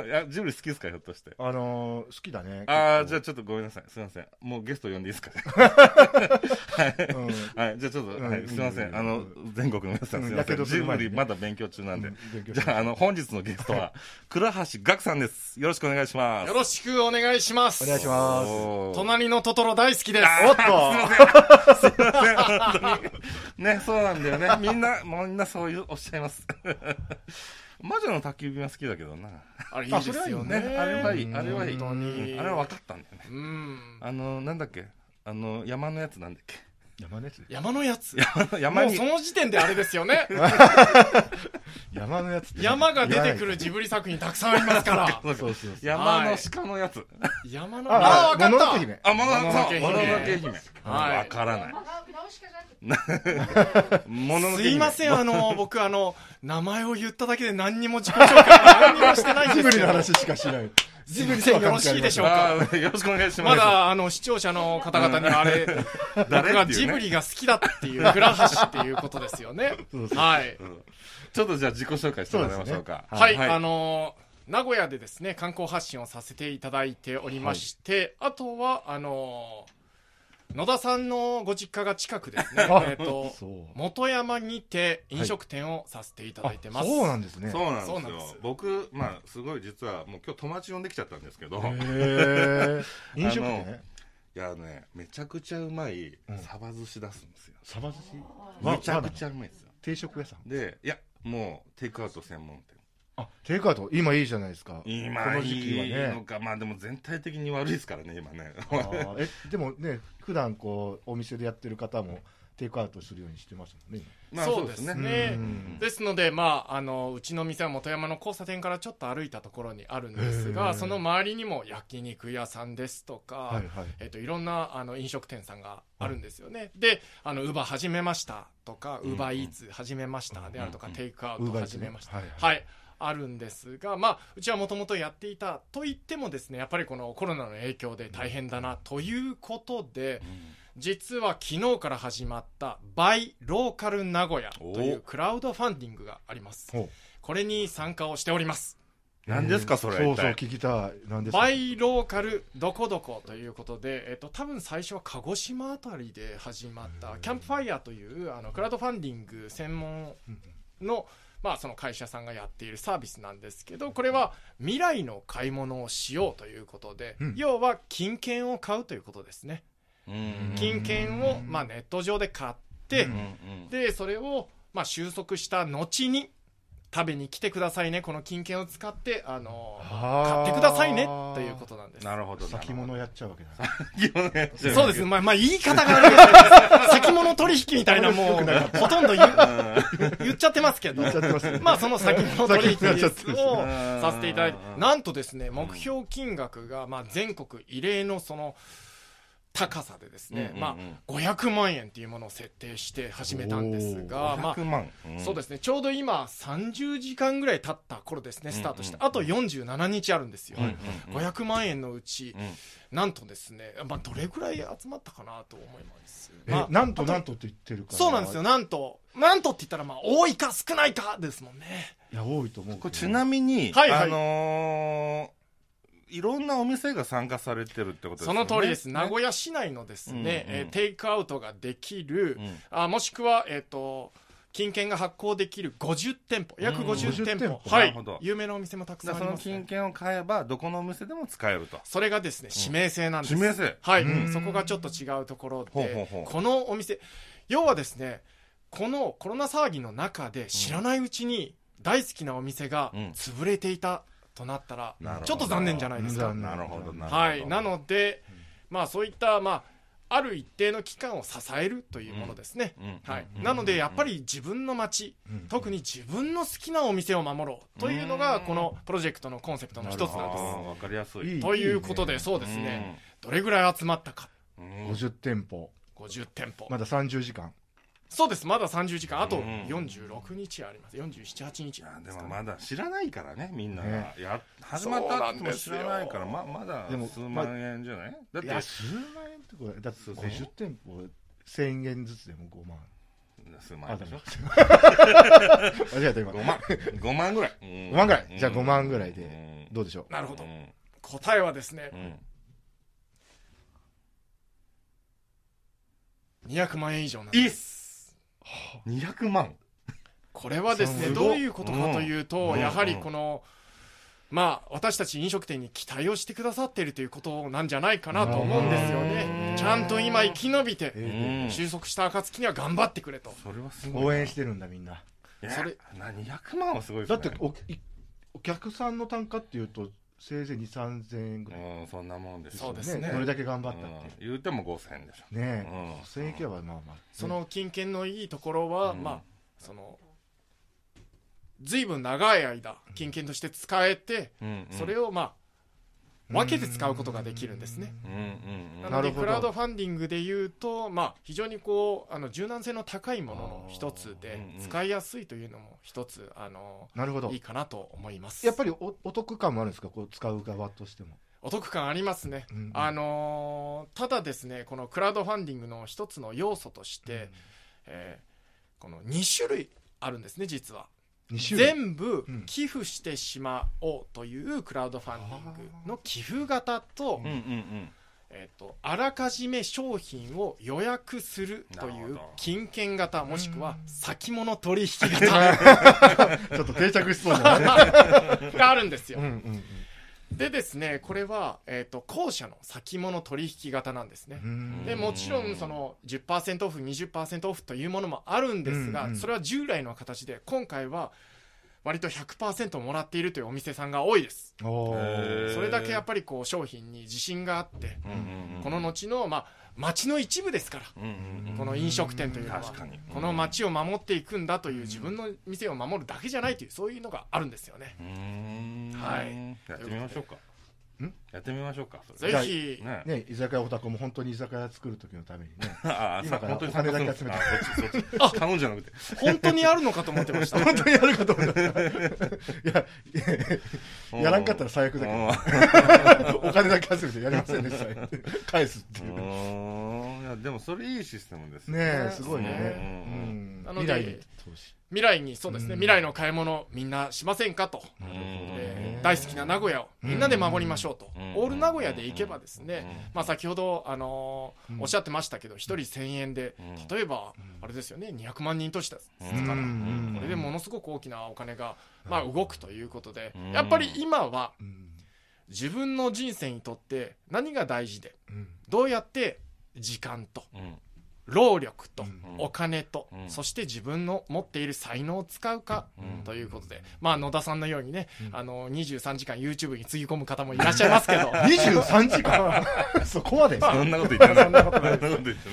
[SPEAKER 1] いやジブリ好きですかひょっとして
[SPEAKER 2] あのー好きだね
[SPEAKER 1] ああじゃあ
[SPEAKER 2] 結
[SPEAKER 1] ちょっとごめんなさいすいませんもうゲスト呼んでいいですかね [laughs]
[SPEAKER 2] 構うん
[SPEAKER 1] はいじゃあちょっと、
[SPEAKER 2] うん
[SPEAKER 1] はい、すいません、
[SPEAKER 2] うん
[SPEAKER 1] あの全国の皆さん
[SPEAKER 2] うん
[SPEAKER 1] すいませ
[SPEAKER 2] やけ
[SPEAKER 1] ん
[SPEAKER 2] どす
[SPEAKER 1] ジ
[SPEAKER 2] る
[SPEAKER 1] ブ
[SPEAKER 2] 前にね
[SPEAKER 1] リまだ勉強中なんで、
[SPEAKER 2] うん勉強し
[SPEAKER 1] じ
[SPEAKER 2] ま
[SPEAKER 1] ゃああの本日のゲストは倉橋岳さんですよろしくお願いします
[SPEAKER 3] よろしくお願いします。
[SPEAKER 2] お願いします
[SPEAKER 1] おー
[SPEAKER 3] 隣のトトロ大好きです。
[SPEAKER 2] おっと
[SPEAKER 1] [laughs] ね、そうなんだよね。みんな、みんなそういう、おっしゃいます。 [laughs] 魔女の宅急便は好きだけどな。
[SPEAKER 3] [laughs] あれいいですよね。
[SPEAKER 1] ね、あれはいい、あれはいい。
[SPEAKER 3] 本当に
[SPEAKER 1] うんあれは分かったんだよね。
[SPEAKER 3] うん。
[SPEAKER 1] あの、なんだっけあの、山のやつなんだっけ
[SPEAKER 2] 山のやつ
[SPEAKER 3] 山のやつ。
[SPEAKER 2] [laughs]
[SPEAKER 1] 山山
[SPEAKER 3] もう
[SPEAKER 1] に
[SPEAKER 3] そ、の時点であれですよね。
[SPEAKER 2] 山のやつって
[SPEAKER 3] 山が出てくるジブリ作品たくさんありますから。
[SPEAKER 1] そう
[SPEAKER 2] そ
[SPEAKER 1] そうう
[SPEAKER 2] そうそう
[SPEAKER 1] 山の鹿のやつ。
[SPEAKER 3] 山の、
[SPEAKER 2] あ
[SPEAKER 3] あ
[SPEAKER 2] あ
[SPEAKER 3] あ、わ
[SPEAKER 2] もののけ
[SPEAKER 3] かった。
[SPEAKER 2] 姫
[SPEAKER 1] あ、もの
[SPEAKER 3] も
[SPEAKER 1] の
[SPEAKER 3] のの
[SPEAKER 1] け
[SPEAKER 3] け
[SPEAKER 1] 姫。
[SPEAKER 3] 姫
[SPEAKER 1] もののけ姫。
[SPEAKER 3] はい
[SPEAKER 1] 分からない。
[SPEAKER 4] 直しかじゃなくて
[SPEAKER 1] もののけ
[SPEAKER 3] す
[SPEAKER 1] 姫。
[SPEAKER 3] いません、あの、僕あの、名前を言っただけで何にも自己紹介、何にもしてないんですけど。
[SPEAKER 2] ジブリの話しかしない
[SPEAKER 3] ジブリさんよろしいでしょうか
[SPEAKER 1] あーよろしくお願いします。
[SPEAKER 3] まだあの視聴者の方々にはあれ、僕
[SPEAKER 1] 誰っていうね
[SPEAKER 3] がジブリが好きだっていう、倉橋っていうことですよね
[SPEAKER 2] そうそ。う
[SPEAKER 3] はい。
[SPEAKER 1] ちょっとじゃあ自己紹介してもらいましょうか。
[SPEAKER 3] はい、あのー名古屋でですね、観光発信をさせていただいておりまして、あとは、あのー野田さんのご実家が近くですね
[SPEAKER 2] [laughs] あ、
[SPEAKER 3] えっと、
[SPEAKER 2] そう
[SPEAKER 3] 元山にて飲食店をさせていただいてます。
[SPEAKER 2] そうなんですね
[SPEAKER 1] そうなんです
[SPEAKER 3] そ
[SPEAKER 1] よ
[SPEAKER 3] うなんです
[SPEAKER 1] 僕まあすごい実はもう今日友達呼んできちゃったんですけど、い
[SPEAKER 2] へえ飲食
[SPEAKER 1] あ
[SPEAKER 2] 店
[SPEAKER 1] やねめちゃくちゃうまい
[SPEAKER 2] うん
[SPEAKER 1] サバ寿司出すんですよ、
[SPEAKER 2] サバ寿司
[SPEAKER 1] めちゃくちゃうまいですよ
[SPEAKER 2] 定食屋さん
[SPEAKER 1] でいやもうテイクアウト専門店
[SPEAKER 2] あテイクアウト今いいじゃないですかこ
[SPEAKER 1] 今
[SPEAKER 2] の時期はい
[SPEAKER 1] いの
[SPEAKER 2] ね
[SPEAKER 1] か、まあでも全体的に悪いですからね今ね
[SPEAKER 2] あーえでもね普段こうお店でやってる方もテイクアウトするようにしてますもんね
[SPEAKER 1] [laughs] まあ
[SPEAKER 3] そうです
[SPEAKER 1] そう
[SPEAKER 3] ね
[SPEAKER 1] ですね
[SPEAKER 2] うん
[SPEAKER 3] ですので、まあ、あのうちの店は元山の交差点からちょっと歩いたところにあるんです
[SPEAKER 2] へ
[SPEAKER 3] が
[SPEAKER 2] え
[SPEAKER 3] その周りにも焼肉屋さんですとか、
[SPEAKER 2] はいはい
[SPEAKER 3] えっといろんなあの飲食店さんがあるんですよね、であのウーバー始めましたとか
[SPEAKER 1] う
[SPEAKER 3] ウ
[SPEAKER 1] ん
[SPEAKER 3] ーバーイーツ始めましたであるとか、
[SPEAKER 1] うん
[SPEAKER 3] テイクアウ
[SPEAKER 2] ウー
[SPEAKER 3] ト
[SPEAKER 2] バーイーツ
[SPEAKER 3] 始めました、
[SPEAKER 2] はい
[SPEAKER 3] はいあるんですが、まあ、うちはもともとやっていたと言ってもですねやっぱりこのコロナの影響で大変だなということで、実は昨日から始まった「by ローカル名古屋」という
[SPEAKER 1] お
[SPEAKER 3] クラウドファンディングがあります
[SPEAKER 2] ほう
[SPEAKER 3] これに参加をしております
[SPEAKER 1] 何ですかそれ
[SPEAKER 2] そう
[SPEAKER 1] 一
[SPEAKER 2] そう
[SPEAKER 1] 体
[SPEAKER 2] 聞きたい何ですか
[SPEAKER 3] バイローカルどこどこということで、えっと、多分最初は鹿児島あたりで始まったキャンプファイヤーというあのクラウドファンディング専門の,、まあその会社さんがやっているサービスなんですけどこれは未来の買い物をしようということで、
[SPEAKER 2] うん
[SPEAKER 3] 要は金券を買うということですね
[SPEAKER 1] うん
[SPEAKER 3] 金券を、まあ、ネット上で買って、
[SPEAKER 1] うんうん
[SPEAKER 3] でそれを、まあ、収束した後に食べに来てくださいねこの金券を使ってあの
[SPEAKER 2] あー
[SPEAKER 3] 買ってくださいねということなんです
[SPEAKER 1] なるほど
[SPEAKER 2] 先
[SPEAKER 1] [laughs]
[SPEAKER 2] 物やっちゃうわけだ
[SPEAKER 1] 先物やっちゃ
[SPEAKER 3] そうです
[SPEAKER 1] うん
[SPEAKER 3] まあ、まあ、言い方が悪いです先物取引みたいなも
[SPEAKER 2] よくなかっ
[SPEAKER 3] うほとんど言う言っちゃってます
[SPEAKER 2] [laughs]
[SPEAKER 3] けど
[SPEAKER 2] 言っちゃってますね
[SPEAKER 3] まあその先物取引
[SPEAKER 2] 先物やっちゃ
[SPEAKER 3] で
[SPEAKER 2] って
[SPEAKER 3] す
[SPEAKER 2] ます
[SPEAKER 3] を
[SPEAKER 1] ね
[SPEAKER 3] させていただいて
[SPEAKER 1] うん
[SPEAKER 3] なんとですね目標金額が、まあ、全国異例のその高さでですね、
[SPEAKER 1] うん
[SPEAKER 3] まあ、500万円というものを設定して始めたんですが、まあ、
[SPEAKER 1] 500万、うん
[SPEAKER 3] そうですねちょうど今30時間ぐらい経った頃ですねスタートして、あと47日あるんですよ、
[SPEAKER 1] うんうんうん
[SPEAKER 3] 500万円のうち、
[SPEAKER 1] うん
[SPEAKER 3] なんとですね、まあ、どれぐらい集まったかなと思います、ま
[SPEAKER 2] え
[SPEAKER 3] あ
[SPEAKER 2] なんとなんとって言ってるから
[SPEAKER 3] そうなんですよなんとなんとって言ったらまあ多いか少ないかですもんね
[SPEAKER 2] いや多いと思う
[SPEAKER 1] これちなみに、
[SPEAKER 3] はいはい
[SPEAKER 1] あのーいろんなお店が参加されてるってことですよ
[SPEAKER 3] そ
[SPEAKER 1] ね
[SPEAKER 3] の通りです、名古屋市内のですね、
[SPEAKER 1] うんうん
[SPEAKER 3] えーテイクアウトができる、
[SPEAKER 1] うん
[SPEAKER 3] あもしくは、えー、と金券が発行できる50店舗約
[SPEAKER 1] うん
[SPEAKER 3] 50店
[SPEAKER 2] 50店
[SPEAKER 3] 舗,、
[SPEAKER 2] 舗
[SPEAKER 3] は
[SPEAKER 1] なる
[SPEAKER 3] い
[SPEAKER 1] ほど
[SPEAKER 3] 有名なお店もたくさ
[SPEAKER 1] だ
[SPEAKER 3] ん
[SPEAKER 1] か
[SPEAKER 3] あ
[SPEAKER 1] ら
[SPEAKER 3] り
[SPEAKER 1] その
[SPEAKER 3] ます、
[SPEAKER 1] 金、
[SPEAKER 3] ね
[SPEAKER 1] 券を買えばどこのお店でも使えると
[SPEAKER 3] それがですね指名制なんです、
[SPEAKER 1] 指名制
[SPEAKER 3] はい、
[SPEAKER 2] うん
[SPEAKER 3] そこがちょっと違うところで
[SPEAKER 1] ほうほうほう
[SPEAKER 3] このお店要はですねこのコロナ騒ぎの中で知らないうちに大好きなお店が
[SPEAKER 1] うん
[SPEAKER 3] 潰れていたとなったら、
[SPEAKER 1] なるほど
[SPEAKER 3] ちょっと残念じゃないですか、
[SPEAKER 2] うん
[SPEAKER 1] なるほどなるほど
[SPEAKER 3] はい、なので、まあ、そういった、まあ、ある一定の期間を支えるというものですね、
[SPEAKER 1] うん
[SPEAKER 3] はい
[SPEAKER 1] うん
[SPEAKER 3] なのでやっぱり自分の街、
[SPEAKER 2] うん
[SPEAKER 3] 特に自分の好きなお店を守ろうというのが
[SPEAKER 1] うん
[SPEAKER 3] このプロジェクトのコンセプトの一つ
[SPEAKER 1] あ
[SPEAKER 3] なんです。
[SPEAKER 1] ーわかりやすい
[SPEAKER 2] い
[SPEAKER 3] ということ
[SPEAKER 2] いい
[SPEAKER 3] で
[SPEAKER 2] ね
[SPEAKER 3] そうですね、どれぐらい集まったか
[SPEAKER 1] うんうん
[SPEAKER 2] 50店舗
[SPEAKER 3] 50店舗、
[SPEAKER 2] まだ30時間
[SPEAKER 3] そうですまだ30時間あと
[SPEAKER 1] うん
[SPEAKER 3] 46日あります478日
[SPEAKER 1] いや
[SPEAKER 3] なん
[SPEAKER 1] で
[SPEAKER 3] で
[SPEAKER 1] す
[SPEAKER 3] か
[SPEAKER 1] もま
[SPEAKER 3] ね
[SPEAKER 1] だ知らないからねみんなが、
[SPEAKER 2] ね
[SPEAKER 1] や始まったっても知らないから
[SPEAKER 3] そう
[SPEAKER 1] ままだ
[SPEAKER 2] でも
[SPEAKER 1] 数万円じゃない、だっ
[SPEAKER 2] い
[SPEAKER 1] て
[SPEAKER 2] や10万円ってこれだって
[SPEAKER 1] そうそう
[SPEAKER 2] 50店舗1000円ずつでも5万
[SPEAKER 1] 数万円でしょ
[SPEAKER 2] [laughs] 間違えた今
[SPEAKER 1] 5万5万ぐらい、う
[SPEAKER 2] 5万ぐらいじゃあ5万ぐらいで
[SPEAKER 1] うん
[SPEAKER 2] どうでしょ
[SPEAKER 3] なるほど
[SPEAKER 1] うん
[SPEAKER 3] 答えはですね
[SPEAKER 1] うん
[SPEAKER 3] 200万円以上なんです
[SPEAKER 1] 200万
[SPEAKER 3] これはですね
[SPEAKER 2] す
[SPEAKER 1] ごい
[SPEAKER 3] どういうことかというと、
[SPEAKER 1] うん
[SPEAKER 3] やはりこの、まあ、私たち飲食店に期待をしてくださっているということなんじゃないかなと思うんですよ
[SPEAKER 1] う
[SPEAKER 3] ね
[SPEAKER 1] ん
[SPEAKER 3] ちゃんと今生き延び
[SPEAKER 2] う、
[SPEAKER 3] て
[SPEAKER 2] え
[SPEAKER 1] うん
[SPEAKER 3] 収束した暁には頑張ってくれと
[SPEAKER 1] それはす
[SPEAKER 2] ー
[SPEAKER 1] ごいな
[SPEAKER 2] 応援してるんだみんない
[SPEAKER 1] や
[SPEAKER 3] それ
[SPEAKER 1] な200万はすごいです
[SPEAKER 2] だ
[SPEAKER 1] ね
[SPEAKER 2] っておいお客さんの単価っていうとせいぜい2 3 0 0 0円ぐらい
[SPEAKER 1] うんそんなもんですよ
[SPEAKER 3] そうですね
[SPEAKER 2] どれだけ頑張
[SPEAKER 1] う
[SPEAKER 2] ったってい
[SPEAKER 1] ん言うても5000円でしょ
[SPEAKER 2] うね
[SPEAKER 1] うん
[SPEAKER 2] え5000円いけばまあまあ
[SPEAKER 3] その金券のいいところは、
[SPEAKER 1] うん
[SPEAKER 3] まあその随分長い間金券として使えて、
[SPEAKER 1] うん
[SPEAKER 3] それをまあ分けて使うことができるんですね、
[SPEAKER 1] うんうんうん
[SPEAKER 3] な
[SPEAKER 2] な
[SPEAKER 3] ので
[SPEAKER 2] るほど
[SPEAKER 3] クラウドファンディングでいうと、まあ、非常にこうあの柔軟性の高いものの一つで
[SPEAKER 1] あー
[SPEAKER 3] 使いやすいというのも一つあの
[SPEAKER 2] なるほど
[SPEAKER 3] いいかなと思います
[SPEAKER 2] やっぱりおお得感もあるんですかこう使う側としても
[SPEAKER 3] お得感ありますね、
[SPEAKER 2] うん
[SPEAKER 3] あのーただですねこのクラウドファンディングの一つの要素として、えーこの2種類あるんですね実は
[SPEAKER 2] 2種類
[SPEAKER 3] 全部
[SPEAKER 2] うん
[SPEAKER 3] 寄付してしまおうというクラウドファンディングの寄付型と,、
[SPEAKER 1] うんうん
[SPEAKER 3] えっとあらかじめ商品を予約すると
[SPEAKER 1] ないるほ
[SPEAKER 3] う
[SPEAKER 1] ど
[SPEAKER 3] 金券型もしくは
[SPEAKER 2] うん
[SPEAKER 3] 先物取引
[SPEAKER 2] [laughs]
[SPEAKER 3] 型
[SPEAKER 2] ちょっと定着しそうだね
[SPEAKER 3] があるんです
[SPEAKER 2] [laughs] う
[SPEAKER 3] よ
[SPEAKER 2] ん。うん
[SPEAKER 3] でですねこれは、えっと後者の先物取引型なんですね。
[SPEAKER 2] うんうん
[SPEAKER 3] でもちろんその10%オフ20%オフというものもあるんですが、
[SPEAKER 2] うんうん
[SPEAKER 3] それは従来の形で今回は割と100%もらっているというお店さんが多いです。
[SPEAKER 2] お
[SPEAKER 1] へ
[SPEAKER 2] ー
[SPEAKER 1] ー
[SPEAKER 3] それだけやっぱりこう商品に自信があって、
[SPEAKER 1] うんうんうん
[SPEAKER 3] この後の、まあ、町の一部ですから、
[SPEAKER 1] うんうんうん
[SPEAKER 3] この飲食店というのは、
[SPEAKER 1] 確かに
[SPEAKER 3] この町を守っていくんだという、自分の店を守るだけじゃないという、そういうのがあるんですよね。
[SPEAKER 1] うーん
[SPEAKER 3] はい
[SPEAKER 1] やってみましょうか
[SPEAKER 2] ん
[SPEAKER 1] やってみましょうかそ
[SPEAKER 3] ぜ
[SPEAKER 1] れ
[SPEAKER 2] じゃあ
[SPEAKER 3] ひ、
[SPEAKER 1] ね [laughs]
[SPEAKER 2] ね居酒屋おたこも本当に居酒屋作る時のためにね
[SPEAKER 1] ああさ
[SPEAKER 2] 今から
[SPEAKER 1] 本当に参加するんです
[SPEAKER 2] お金
[SPEAKER 1] あ
[SPEAKER 2] だ
[SPEAKER 1] そっちそっち頼んじゃなくて
[SPEAKER 3] 本当にあるのかと思ってました。
[SPEAKER 2] 本 [laughs] 当にやるかと思った [laughs] いややらんかったら最悪だけど
[SPEAKER 1] う
[SPEAKER 2] [laughs] お金だけ稼ぐでやりませんでした [laughs] 返すってい
[SPEAKER 1] ん
[SPEAKER 2] う
[SPEAKER 1] うんいやでもそれいいシステムですよ
[SPEAKER 2] ねえすごいね
[SPEAKER 1] ね、
[SPEAKER 2] うん
[SPEAKER 3] なの
[SPEAKER 2] 未
[SPEAKER 3] で
[SPEAKER 2] 来に投資
[SPEAKER 3] 未来に、そうですね、
[SPEAKER 2] うん
[SPEAKER 3] 未来の買い物、みんなしませんかと。
[SPEAKER 1] なるほど
[SPEAKER 3] え
[SPEAKER 1] ね
[SPEAKER 3] ー大好きな名古屋をみんなで守りましょうと、
[SPEAKER 1] うん
[SPEAKER 3] オール名古屋で行けばですね、
[SPEAKER 1] うん
[SPEAKER 3] まあ、先ほど、あのー
[SPEAKER 2] うん
[SPEAKER 3] おっしゃってましたけど、1人1000円で、
[SPEAKER 1] うん
[SPEAKER 3] 例えば、あれですよね、200万人都市ですか
[SPEAKER 1] う
[SPEAKER 3] ら、
[SPEAKER 1] ん
[SPEAKER 2] うん
[SPEAKER 3] これでものすごく大きなお金が、まあ、動くということで
[SPEAKER 1] うん、
[SPEAKER 3] やっぱり今は
[SPEAKER 2] うん
[SPEAKER 3] 自分の人生にとって何が大事で、
[SPEAKER 2] うん
[SPEAKER 3] どうやって時間と、
[SPEAKER 1] うん
[SPEAKER 3] 労力と、
[SPEAKER 2] うん
[SPEAKER 3] お金と、
[SPEAKER 1] うん
[SPEAKER 3] そして自分の持っている才能を使うか、
[SPEAKER 1] うん
[SPEAKER 3] ということで、まあ、野田さんのようにね、
[SPEAKER 2] うん
[SPEAKER 3] あの23時間 YouTube につぎ込む方もいらっしゃいますけど
[SPEAKER 2] 23時 [laughs] 間そこまで
[SPEAKER 1] そんなこと言ってないそんなこと言ってない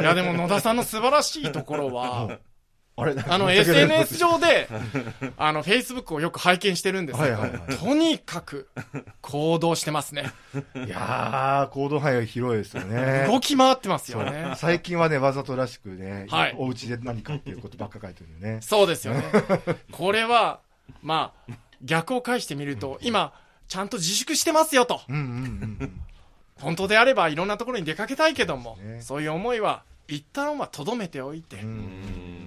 [SPEAKER 3] いやでも野田さんの素晴らしいところは
[SPEAKER 2] あれ
[SPEAKER 3] あの SNS 上であの Facebook をよく拝見してるんですけど、
[SPEAKER 2] はいはいはい
[SPEAKER 3] とにかく行動してますね
[SPEAKER 2] いやー行動範囲は広いですよ [laughs] ね
[SPEAKER 3] 動き回ってます
[SPEAKER 2] そ
[SPEAKER 3] よ
[SPEAKER 2] う
[SPEAKER 3] ね
[SPEAKER 2] [laughs] 最近はねわざとらしくね、
[SPEAKER 3] はい
[SPEAKER 2] お家で何かっていうことばっか書いてるよね
[SPEAKER 3] そうですよねこれはまあ逆を返してみると今ちゃんと自粛してますよと
[SPEAKER 2] うんうんうん
[SPEAKER 3] 本当であればいろんなところに出かけたいけど
[SPEAKER 2] そう
[SPEAKER 3] も
[SPEAKER 2] ですね
[SPEAKER 3] そういう思いは一旦はとどめておいて、 [laughs]
[SPEAKER 2] うん、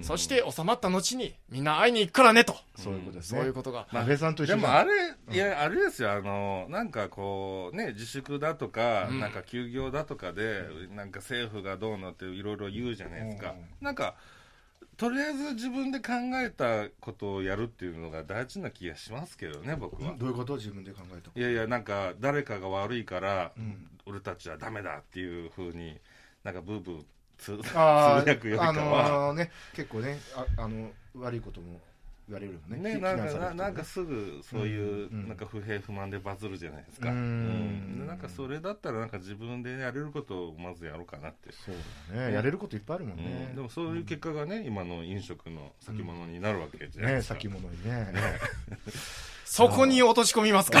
[SPEAKER 2] うん、
[SPEAKER 3] そして収まった後にみんな会いに行くからねと
[SPEAKER 2] そういうことです
[SPEAKER 3] そう
[SPEAKER 2] ね
[SPEAKER 3] いうことが、
[SPEAKER 2] 安倍さんと一
[SPEAKER 1] で
[SPEAKER 2] 緒じ
[SPEAKER 1] も
[SPEAKER 2] ゃ
[SPEAKER 1] あ
[SPEAKER 2] ん
[SPEAKER 1] れ、いや、あれですよ、あの、なんかこう、ね、自粛だとか、
[SPEAKER 3] うん
[SPEAKER 1] なんか休業だとかで、なんか政府がどうのっていろいろ言うじゃないですか。なんか、とりあえず自分で考えたことをやるっていうのが大事な気がしますけどね、僕は
[SPEAKER 2] うん。どういうこと自分で考えた
[SPEAKER 1] いやいや、なんか、誰かが悪いから、
[SPEAKER 2] ん
[SPEAKER 1] 俺たちはダメだっていうふうに、なんかブーブーつ、つぶ
[SPEAKER 2] あ
[SPEAKER 1] やくよりかは。
[SPEAKER 2] あのーね結構ねああの悪いことも言われるよね
[SPEAKER 1] ね、
[SPEAKER 2] 非
[SPEAKER 1] なんか
[SPEAKER 2] 非難される
[SPEAKER 1] な
[SPEAKER 2] と
[SPEAKER 1] なんかすぐそういう、
[SPEAKER 2] うん
[SPEAKER 1] なんか不平不満でバズるじゃないですか、
[SPEAKER 2] うん
[SPEAKER 1] でなんかそれだったらなんか自分でやれることをまずやろうかなって、
[SPEAKER 2] そうだねやれることいっぱいあるもん
[SPEAKER 1] う
[SPEAKER 2] ね
[SPEAKER 1] んでもそういう結果がね、今の飲食の先物になるわけじゃない
[SPEAKER 2] ね
[SPEAKER 1] ですか、
[SPEAKER 2] 先物にね
[SPEAKER 3] そこに落とし込みます
[SPEAKER 2] [laughs]
[SPEAKER 3] か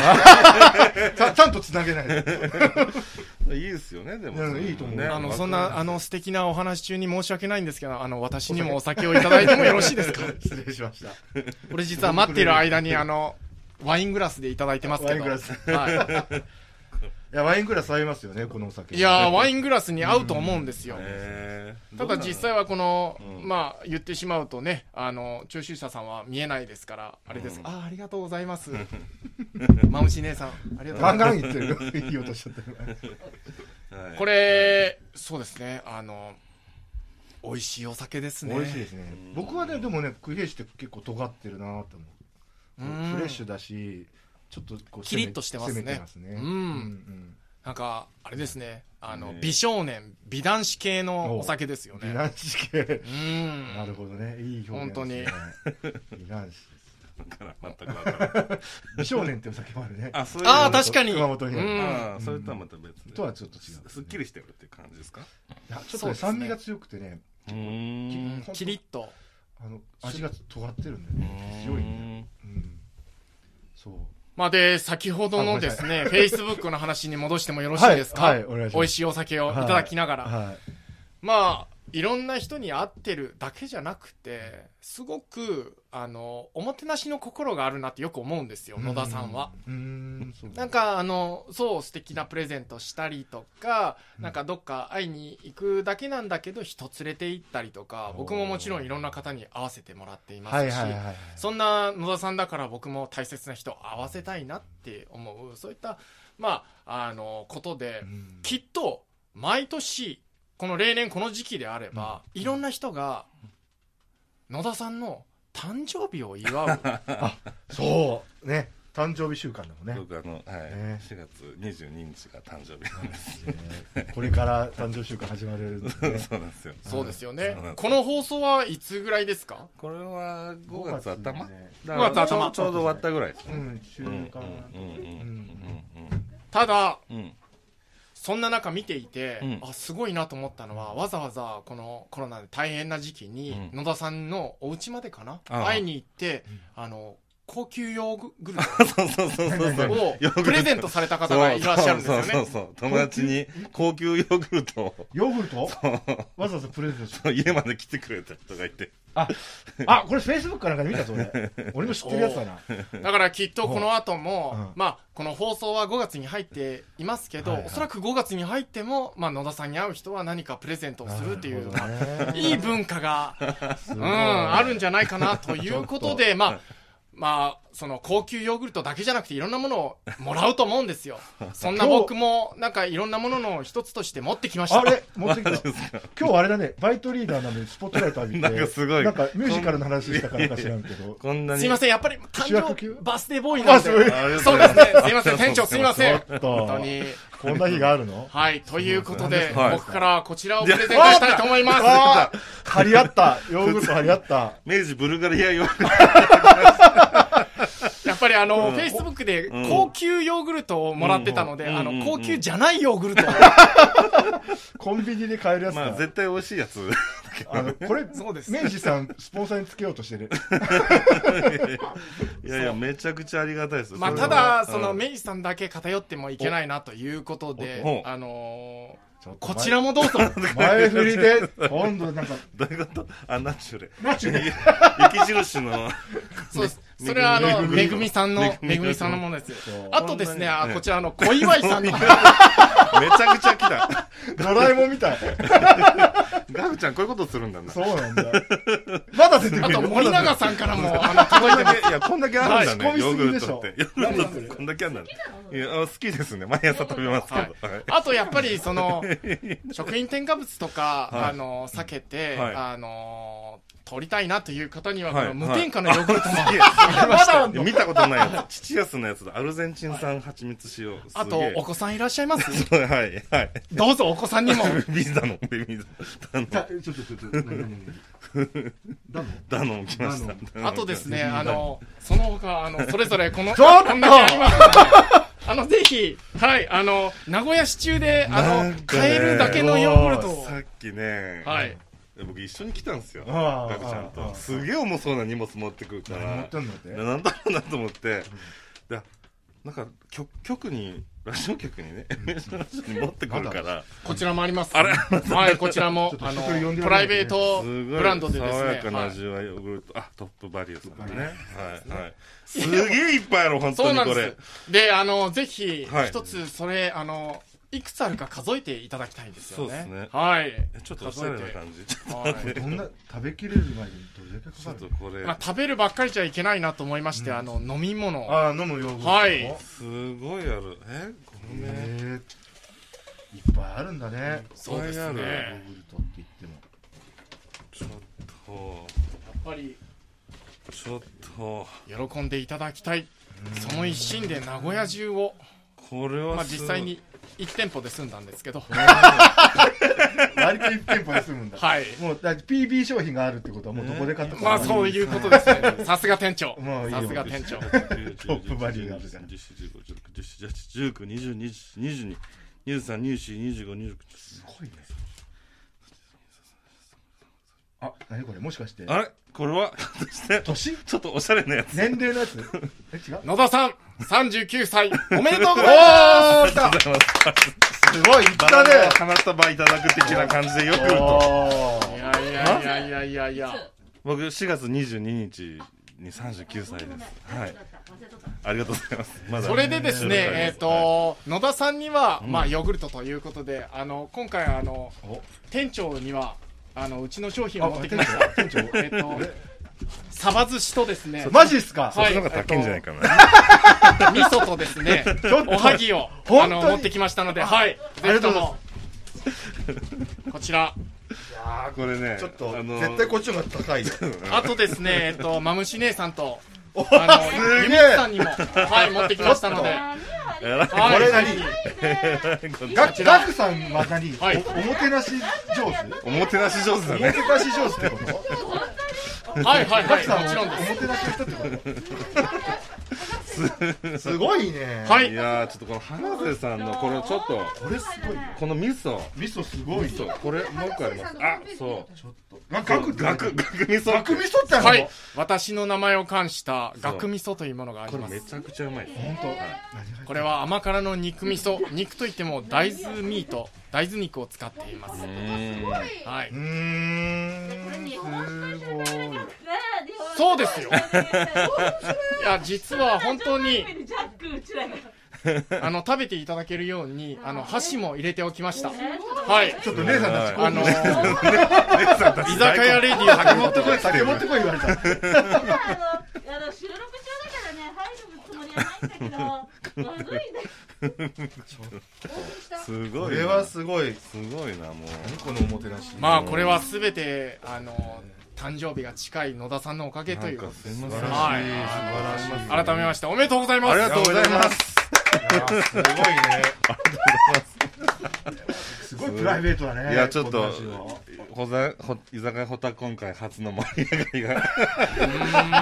[SPEAKER 2] ちゃんちゃんとつなげないと
[SPEAKER 1] いいですよね、でも。
[SPEAKER 2] うんいいと思う
[SPEAKER 1] ね
[SPEAKER 3] あの
[SPEAKER 1] わか
[SPEAKER 3] そん
[SPEAKER 1] ります
[SPEAKER 3] なあの素敵なお話中に申し訳ないんですけどあの私にもお酒をいただいてもよろしいで
[SPEAKER 2] [laughs]
[SPEAKER 3] すか
[SPEAKER 2] 失礼しました。
[SPEAKER 3] 俺実は待っている間にあのワイングラスでいただいてますけ
[SPEAKER 2] ワ
[SPEAKER 3] ど
[SPEAKER 2] イングラス
[SPEAKER 3] はい
[SPEAKER 2] や、ワイングラス合いますよね、このお酒。
[SPEAKER 3] いやーワ
[SPEAKER 2] ン。
[SPEAKER 3] イングラスに合うと思うんですよ、
[SPEAKER 1] へー
[SPEAKER 3] ただ実際はこの、
[SPEAKER 1] うん
[SPEAKER 3] まあ言ってしまうとねあの聴衆者さんは見えないですからあれです、
[SPEAKER 1] うん
[SPEAKER 3] あーありがとうございます
[SPEAKER 2] [laughs]
[SPEAKER 3] マムシ姉さんありがとうござ
[SPEAKER 2] ガ
[SPEAKER 3] い
[SPEAKER 2] ン
[SPEAKER 3] ま
[SPEAKER 2] ガ
[SPEAKER 3] す
[SPEAKER 2] ン [laughs] 言ってる。いい音しちゃってる。
[SPEAKER 1] はい
[SPEAKER 3] これそうですねあの美味しいお酒ですね
[SPEAKER 2] 美味しいですね
[SPEAKER 1] うん。
[SPEAKER 2] 僕はね、でもね、クリエイシって結構尖ってるなーと思う。
[SPEAKER 3] うん
[SPEAKER 2] フレッシュだし、ちょっとこう攻め、
[SPEAKER 3] キリッとしてますね
[SPEAKER 2] 攻めてますね。
[SPEAKER 3] うん
[SPEAKER 2] うん
[SPEAKER 3] なんかあれですねあの
[SPEAKER 1] ね
[SPEAKER 3] 美少年美男子系のお酒ですよ
[SPEAKER 2] 美
[SPEAKER 3] ね
[SPEAKER 2] 男子系
[SPEAKER 3] う。ん
[SPEAKER 2] なるほどね。いい表現ですね。に。美男子です。
[SPEAKER 1] だから全くわからない。
[SPEAKER 2] 美少年ってお酒もあるね。
[SPEAKER 1] あ、そういう
[SPEAKER 3] ああ確かに
[SPEAKER 2] 熊本にある
[SPEAKER 3] うん
[SPEAKER 1] ああそれとはまた別で。
[SPEAKER 2] とはちょっと違う。
[SPEAKER 1] すっきりしてるっていう感じですか
[SPEAKER 2] いやちょっ
[SPEAKER 3] そ
[SPEAKER 2] と
[SPEAKER 3] う
[SPEAKER 2] ね
[SPEAKER 3] ですね
[SPEAKER 2] 酸味が強くてね、
[SPEAKER 1] うー
[SPEAKER 3] う
[SPEAKER 1] ん。
[SPEAKER 3] んキリッと
[SPEAKER 2] あの味が尖ってるんだよね。強いんだよ。うん。そう。
[SPEAKER 3] まあで先ほどのですねフェイスブックの話に戻してもよろしいですか、
[SPEAKER 2] はいはいお願いします
[SPEAKER 3] 美味しいお酒をいただきながら、
[SPEAKER 2] はい。
[SPEAKER 3] まあいろんな人に会ってるだけじゃなくてすごくあのおもてなしの心があるなってよく思うんですよ野田さんは。
[SPEAKER 2] うーん。そう
[SPEAKER 3] なんかあのそう素敵なプレゼントしたりとか、なんかどっか会いに行くだけなんだけど人連れて行ったりとか
[SPEAKER 2] おー
[SPEAKER 3] 僕ももちろんいろんな方に会わせてもらっていますし、
[SPEAKER 2] はいはいはいはい。
[SPEAKER 3] そんな野田さんだから僕も大切な人を会わせたいなって思うそういったまああのことで、
[SPEAKER 2] うん
[SPEAKER 3] きっと毎年この例年この時期であれば、いろんな人が野田さんの誕生日を祝
[SPEAKER 1] [laughs]
[SPEAKER 3] う
[SPEAKER 2] そうね誕生日週間だもんね
[SPEAKER 1] 僕あの、はい、
[SPEAKER 2] ね
[SPEAKER 1] 4月22日が誕生日なんです。
[SPEAKER 2] ね [laughs] これから誕生日週間始まるんで
[SPEAKER 1] [laughs]
[SPEAKER 2] ね
[SPEAKER 1] そうなんですよ。
[SPEAKER 3] そうですよ
[SPEAKER 1] そう
[SPEAKER 3] ね
[SPEAKER 1] なんです
[SPEAKER 3] この放送はいつぐらいですか
[SPEAKER 1] これは5月
[SPEAKER 2] 5
[SPEAKER 1] 頭
[SPEAKER 2] にね
[SPEAKER 1] だから
[SPEAKER 3] 5月頭
[SPEAKER 1] ちょうど終わったぐらいです
[SPEAKER 2] う
[SPEAKER 1] ね。
[SPEAKER 2] ん週
[SPEAKER 1] うんうん
[SPEAKER 2] 間
[SPEAKER 1] うんうん
[SPEAKER 3] ただ
[SPEAKER 1] うんうん
[SPEAKER 3] そんな中見ていて、
[SPEAKER 1] うん
[SPEAKER 3] あすごいなと思ったのはわざわざこのコロナで大変な時期に、
[SPEAKER 1] うん
[SPEAKER 3] 野田さんのお家までかな
[SPEAKER 1] ああ
[SPEAKER 3] 会いに行って、あの高級ヨーグル
[SPEAKER 1] [laughs] そうそうそうそうそ
[SPEAKER 3] ト
[SPEAKER 1] う。 [laughs]
[SPEAKER 3] をプレゼントされた方がいらっしゃるんですよね
[SPEAKER 1] そうそうそうそう友達に高級ヨーグルトを
[SPEAKER 2] ヨーグルトわざわざプレゼントする
[SPEAKER 1] 家まで来てくれた人がいて
[SPEAKER 2] あこれフェイスブックかなんかで見た
[SPEAKER 1] [laughs]
[SPEAKER 2] ぞ俺俺の知ってるやつだな
[SPEAKER 3] だからきっとこの後も、
[SPEAKER 2] うん
[SPEAKER 3] まあ、この放送は5月に入っていますけど、
[SPEAKER 2] はいはい
[SPEAKER 3] おそらく5月に入っても、まあ、野田さんに会う人は何かプレゼントをするという、まあいい文化が、うん、あるんじゃないかなということで、まあ、まあ、その高級ヨーグルトだけじゃなくていろんなものをもらうと思うんです
[SPEAKER 2] [laughs]
[SPEAKER 3] よ。そんな僕も、なんかいろんなものの一つとして持ってきました。
[SPEAKER 2] あれ持ってきた今日あれだねバイトリーダーなのにスポットライト浴びて
[SPEAKER 1] なんかすごい
[SPEAKER 2] なんかミュージカルの話したからか知らんけ
[SPEAKER 1] [laughs]
[SPEAKER 2] ど
[SPEAKER 1] こんなに
[SPEAKER 3] すいません、やっぱり
[SPEAKER 2] 主
[SPEAKER 3] 誕
[SPEAKER 2] 役
[SPEAKER 3] 生
[SPEAKER 2] 級
[SPEAKER 3] 日、バースデーボーイなんで。
[SPEAKER 2] あすごい
[SPEAKER 1] ありがと
[SPEAKER 3] そうう
[SPEAKER 1] ござ
[SPEAKER 3] で
[SPEAKER 1] います
[SPEAKER 3] ね。すいません、店長すいません。
[SPEAKER 2] ちょっと
[SPEAKER 3] 本当に。
[SPEAKER 2] こんな日があるの
[SPEAKER 3] はい、ということで、
[SPEAKER 1] はい
[SPEAKER 3] 僕からこちらをプレゼントしたいと思います。
[SPEAKER 2] あー張り合ったヨーグルト張り合った
[SPEAKER 1] 明治ブルガリアヨーグル
[SPEAKER 3] [laughs] やっぱりあの、
[SPEAKER 1] うん
[SPEAKER 3] Facebook で
[SPEAKER 1] うん
[SPEAKER 3] 高級ヨーグルトをもらってたので、
[SPEAKER 1] うん
[SPEAKER 3] あ
[SPEAKER 1] うん
[SPEAKER 3] の、
[SPEAKER 1] うん
[SPEAKER 3] 高級じゃないヨー
[SPEAKER 1] [laughs]
[SPEAKER 3] グルトを。
[SPEAKER 2] コンビニで買えるや
[SPEAKER 1] ト
[SPEAKER 2] つだ、
[SPEAKER 1] まあ絶対美味しいやつ
[SPEAKER 2] あのこれ
[SPEAKER 3] そうです
[SPEAKER 2] 明治さんスポンサーにつけようとしてる
[SPEAKER 1] いやいやめちゃくちゃありがたいです
[SPEAKER 3] まあ、
[SPEAKER 1] それ
[SPEAKER 3] た
[SPEAKER 1] は
[SPEAKER 3] だ、そ
[SPEAKER 1] うん
[SPEAKER 3] の、メイさんだけ偏ってもいけないなということ
[SPEAKER 1] お
[SPEAKER 3] で
[SPEAKER 1] お、
[SPEAKER 3] あのー
[SPEAKER 2] ちょっと
[SPEAKER 3] こ
[SPEAKER 2] 前
[SPEAKER 3] ちらも
[SPEAKER 1] [laughs]
[SPEAKER 3] どうぞ。
[SPEAKER 2] 前振りで今度なんか
[SPEAKER 1] どういうことあナチュレ
[SPEAKER 2] ナチュレ
[SPEAKER 1] 雪印の
[SPEAKER 3] そうです。それはあの、め
[SPEAKER 1] め
[SPEAKER 3] ぐ
[SPEAKER 1] ぐみ
[SPEAKER 3] みさんの、め
[SPEAKER 1] めぐみ
[SPEAKER 3] ぐみさんのものです
[SPEAKER 2] そう。
[SPEAKER 3] あとですね、あ
[SPEAKER 1] ええ
[SPEAKER 3] こちらあの、小祝さ
[SPEAKER 1] [laughs]
[SPEAKER 3] んの。
[SPEAKER 1] めちゃくちゃ来た
[SPEAKER 2] ドラえもんみたい
[SPEAKER 1] ガフちゃんこういうことするんだな
[SPEAKER 2] そうなんだまだ出てく
[SPEAKER 3] あ
[SPEAKER 2] る
[SPEAKER 3] と
[SPEAKER 2] よ
[SPEAKER 3] 森永さんからも、あの、
[SPEAKER 1] こんだけいやこんだけあるんだね、
[SPEAKER 2] はい仕
[SPEAKER 1] ヨ
[SPEAKER 2] 込
[SPEAKER 1] ー
[SPEAKER 2] み
[SPEAKER 1] グル
[SPEAKER 2] すぎでし
[SPEAKER 1] ト
[SPEAKER 2] ょ
[SPEAKER 1] ってヨーグルトこんだけあるんだいやあ好きですね毎朝食べますけど、はい
[SPEAKER 3] あとやっぱり
[SPEAKER 1] [laughs]
[SPEAKER 3] その食品添加物とか、
[SPEAKER 1] はい
[SPEAKER 3] あの避けて、
[SPEAKER 1] はい
[SPEAKER 3] あの取りたいなという方には、
[SPEAKER 1] はい
[SPEAKER 3] この無添加のヨーグルトも、
[SPEAKER 2] まだあんの
[SPEAKER 1] 見たことないやつ。父安のやつだ。アルゼンチン産蜂蜜使用。
[SPEAKER 3] あとお
[SPEAKER 1] お
[SPEAKER 3] 子さんいらっしゃいます [laughs]
[SPEAKER 1] はい、はい。
[SPEAKER 3] どうぞお子さんにも
[SPEAKER 1] ベビーダノン、ベビーダノン。
[SPEAKER 2] ちょっとちょっとちょっと何何何ダノン
[SPEAKER 1] ダノン来ました
[SPEAKER 2] ダノン。
[SPEAKER 1] ダノン
[SPEAKER 3] あとですねあのその他あのそれぞれこのこんだけあります [laughs] あのぜひはいあの名古屋市中であ
[SPEAKER 1] な
[SPEAKER 3] の、
[SPEAKER 1] んかね
[SPEAKER 3] 買えるだけのヨーグルトを
[SPEAKER 1] さっきね、
[SPEAKER 3] はい、
[SPEAKER 1] 僕一緒に来たんですよ。
[SPEAKER 2] ああ
[SPEAKER 1] ガクちゃん
[SPEAKER 2] あああ
[SPEAKER 1] と。
[SPEAKER 2] あ
[SPEAKER 1] すげえ重そうな荷物持ってくるか
[SPEAKER 2] 何持
[SPEAKER 1] ら
[SPEAKER 2] って、んのって
[SPEAKER 1] なんだろうなと思って。でなんか局局にラジオ局にね MH ラジオに持ってくるから
[SPEAKER 3] こちらもあります。
[SPEAKER 1] あれ
[SPEAKER 3] はい、こちらも
[SPEAKER 1] [laughs]
[SPEAKER 2] ちょっ、と
[SPEAKER 3] あの、
[SPEAKER 2] 人呼んで
[SPEAKER 3] プ
[SPEAKER 2] もら
[SPEAKER 3] ラ
[SPEAKER 2] え
[SPEAKER 3] イ
[SPEAKER 2] ばい
[SPEAKER 3] ベ
[SPEAKER 2] いね
[SPEAKER 3] ートブランドでです
[SPEAKER 1] 爽
[SPEAKER 3] ね
[SPEAKER 1] やか。な
[SPEAKER 3] はい
[SPEAKER 1] 味わいヨーグルト、あトップバリューさんでねはいはいす
[SPEAKER 3] い
[SPEAKER 1] げえいっぱいある本
[SPEAKER 3] そ
[SPEAKER 1] 当
[SPEAKER 3] う
[SPEAKER 1] に
[SPEAKER 3] なん
[SPEAKER 1] これ
[SPEAKER 3] です。で、あの、ぜひ
[SPEAKER 1] は、い
[SPEAKER 3] 一つ、それ、あの、いくつあるか数えていただきたいんですよ
[SPEAKER 1] そ
[SPEAKER 3] ね。
[SPEAKER 1] うですね
[SPEAKER 3] はい。
[SPEAKER 1] えちょっとおしゃれな感じちょっと [laughs]
[SPEAKER 3] はい
[SPEAKER 2] どんな食べきれるまでにどれだけ
[SPEAKER 1] ちょ
[SPEAKER 2] か
[SPEAKER 1] っ
[SPEAKER 2] か
[SPEAKER 1] と
[SPEAKER 2] る
[SPEAKER 1] これ
[SPEAKER 3] まあ、食べるばっかりじゃいけないなと思いまして、あの、飲み物。
[SPEAKER 2] ああ飲むヨーグルト
[SPEAKER 3] はい
[SPEAKER 1] すごいあるえこれね
[SPEAKER 2] えー、いっぱいあるんだね、
[SPEAKER 3] そうで
[SPEAKER 1] い
[SPEAKER 3] すね
[SPEAKER 1] っぱいある
[SPEAKER 2] ヨーグルトって言っても
[SPEAKER 1] ちょっと
[SPEAKER 3] やっぱり、
[SPEAKER 1] ちょっと
[SPEAKER 3] 喜んでいただきたい。その一心で名古屋中を、
[SPEAKER 1] これ
[SPEAKER 3] ま
[SPEAKER 1] は
[SPEAKER 3] あ、
[SPEAKER 1] すごい
[SPEAKER 3] 実際に1店舗で済んだんですけど、
[SPEAKER 2] 割と一店舗で済むんだ
[SPEAKER 3] はい。
[SPEAKER 2] もうだって PB 商品があるってことはもうどこで買っても、
[SPEAKER 3] まあ、そういうことですね。さすが店長
[SPEAKER 2] もうい。いよ
[SPEAKER 3] さすが店長。
[SPEAKER 1] ト
[SPEAKER 2] ップバリューがあるじゃん
[SPEAKER 1] 1920212223242526
[SPEAKER 2] すごいねあ何これもしかして
[SPEAKER 1] あれこれはひょっとして
[SPEAKER 2] 年
[SPEAKER 1] ちょっとおしゃれなやつ
[SPEAKER 2] 年齢のやつえ [laughs] 違う
[SPEAKER 3] 野田さん、39歳、おめでとうござい
[SPEAKER 2] おー
[SPEAKER 3] ます
[SPEAKER 2] 来た
[SPEAKER 1] ございます
[SPEAKER 2] すごいいっ
[SPEAKER 1] バ
[SPEAKER 2] た
[SPEAKER 1] ラ
[SPEAKER 2] ね
[SPEAKER 1] の花束いただく的な感じでよくると
[SPEAKER 2] お
[SPEAKER 3] い
[SPEAKER 2] ー
[SPEAKER 3] やいやいやいやいやいや。
[SPEAKER 1] 僕4月22日に39歳ですはいありがとうございますまだ
[SPEAKER 3] それでですね、えっ、
[SPEAKER 1] は
[SPEAKER 3] と、野田さんには、まあ、ヨーグルトということで、あの、今回、あの、
[SPEAKER 2] お
[SPEAKER 3] 店長には、あの、うちの商品
[SPEAKER 2] あ
[SPEAKER 3] を持ってきました。
[SPEAKER 2] 店長店
[SPEAKER 3] えっと、サバ寿司とですね
[SPEAKER 2] 長、マジっすか、
[SPEAKER 1] い
[SPEAKER 3] は
[SPEAKER 1] そっちの方が高いんじゃないかな
[SPEAKER 3] 味噌とです
[SPEAKER 2] [laughs]
[SPEAKER 3] ね、
[SPEAKER 2] ょっと
[SPEAKER 3] おはぎを、あ
[SPEAKER 2] 本当
[SPEAKER 3] の、
[SPEAKER 2] に
[SPEAKER 3] 持ってきましたので、はい。
[SPEAKER 2] ありがとうござい
[SPEAKER 3] す。こちら。
[SPEAKER 1] あーこれね
[SPEAKER 2] ちょっと、
[SPEAKER 1] あの
[SPEAKER 2] 絶対こっちの方が高いよ
[SPEAKER 3] あとですね、えっと、まむし姉さんと、あの、
[SPEAKER 2] す
[SPEAKER 3] ゆ
[SPEAKER 2] げ
[SPEAKER 3] み
[SPEAKER 2] え
[SPEAKER 3] つさんにも、はい、持ってきましたので、は
[SPEAKER 1] やら
[SPEAKER 2] これ
[SPEAKER 3] い
[SPEAKER 2] 何
[SPEAKER 1] な
[SPEAKER 2] ガ
[SPEAKER 1] い
[SPEAKER 2] クガクさんは何、
[SPEAKER 3] はい
[SPEAKER 2] おおもてなし上手
[SPEAKER 1] おもてなし上手だ
[SPEAKER 2] おも
[SPEAKER 1] ね
[SPEAKER 2] てなし上手ってこと
[SPEAKER 3] はい、はい、
[SPEAKER 2] ガ
[SPEAKER 3] は
[SPEAKER 2] ク
[SPEAKER 3] い、
[SPEAKER 2] さん
[SPEAKER 3] もちろん
[SPEAKER 2] お
[SPEAKER 3] です。
[SPEAKER 2] もてなしの人ってことすごいね
[SPEAKER 3] はい
[SPEAKER 1] いやーちょっとこの花瀬さんのこれちょっと
[SPEAKER 2] これすごいよ
[SPEAKER 1] この味噌
[SPEAKER 2] 味噌すごい
[SPEAKER 1] 味噌これもう一個ありますあそう
[SPEAKER 2] ちょっとガクガク
[SPEAKER 1] ガクガク味噌
[SPEAKER 2] ガク味噌ってあるの、
[SPEAKER 3] はい、私の名前を冠した学味噌というものがあり
[SPEAKER 1] これ
[SPEAKER 3] ま
[SPEAKER 1] め
[SPEAKER 3] す。
[SPEAKER 1] ちゃくちゃうまいです
[SPEAKER 2] 本当、、
[SPEAKER 1] はい
[SPEAKER 3] これは甘辛の肉味噌、肉といっても大豆ミート、大豆肉を使っています
[SPEAKER 1] う。ーん
[SPEAKER 3] はいう
[SPEAKER 2] ーんすごい
[SPEAKER 3] そうですよいや、実は本当に、あの、食べていただけるように、あの、箸も入れておきました。はい、
[SPEAKER 2] ちょっと姉さんたち
[SPEAKER 3] あの、
[SPEAKER 1] たち
[SPEAKER 3] 居酒屋レディー
[SPEAKER 2] 酒持ってこい酒持ってこい言われた
[SPEAKER 4] 収録中だからね、入るつもりはないんだけど、まずいね。
[SPEAKER 1] すごいな
[SPEAKER 2] これはすごい
[SPEAKER 1] すごいなもう
[SPEAKER 2] このおもてなし
[SPEAKER 3] まあ、これはすべて、あの、誕生日が近い野田さんのおかげと
[SPEAKER 1] ないん
[SPEAKER 3] うこ
[SPEAKER 1] か
[SPEAKER 3] とです
[SPEAKER 1] いません
[SPEAKER 3] は
[SPEAKER 1] あ
[SPEAKER 3] い
[SPEAKER 2] 素晴らしい
[SPEAKER 3] 改めまして、おめでとうございます。
[SPEAKER 1] りがとうございます
[SPEAKER 2] いやすごいね [laughs] すごいプライベートだね
[SPEAKER 1] いやちょっと
[SPEAKER 2] この話は
[SPEAKER 1] ほざほ居酒屋ホタ今回初の盛り上がりが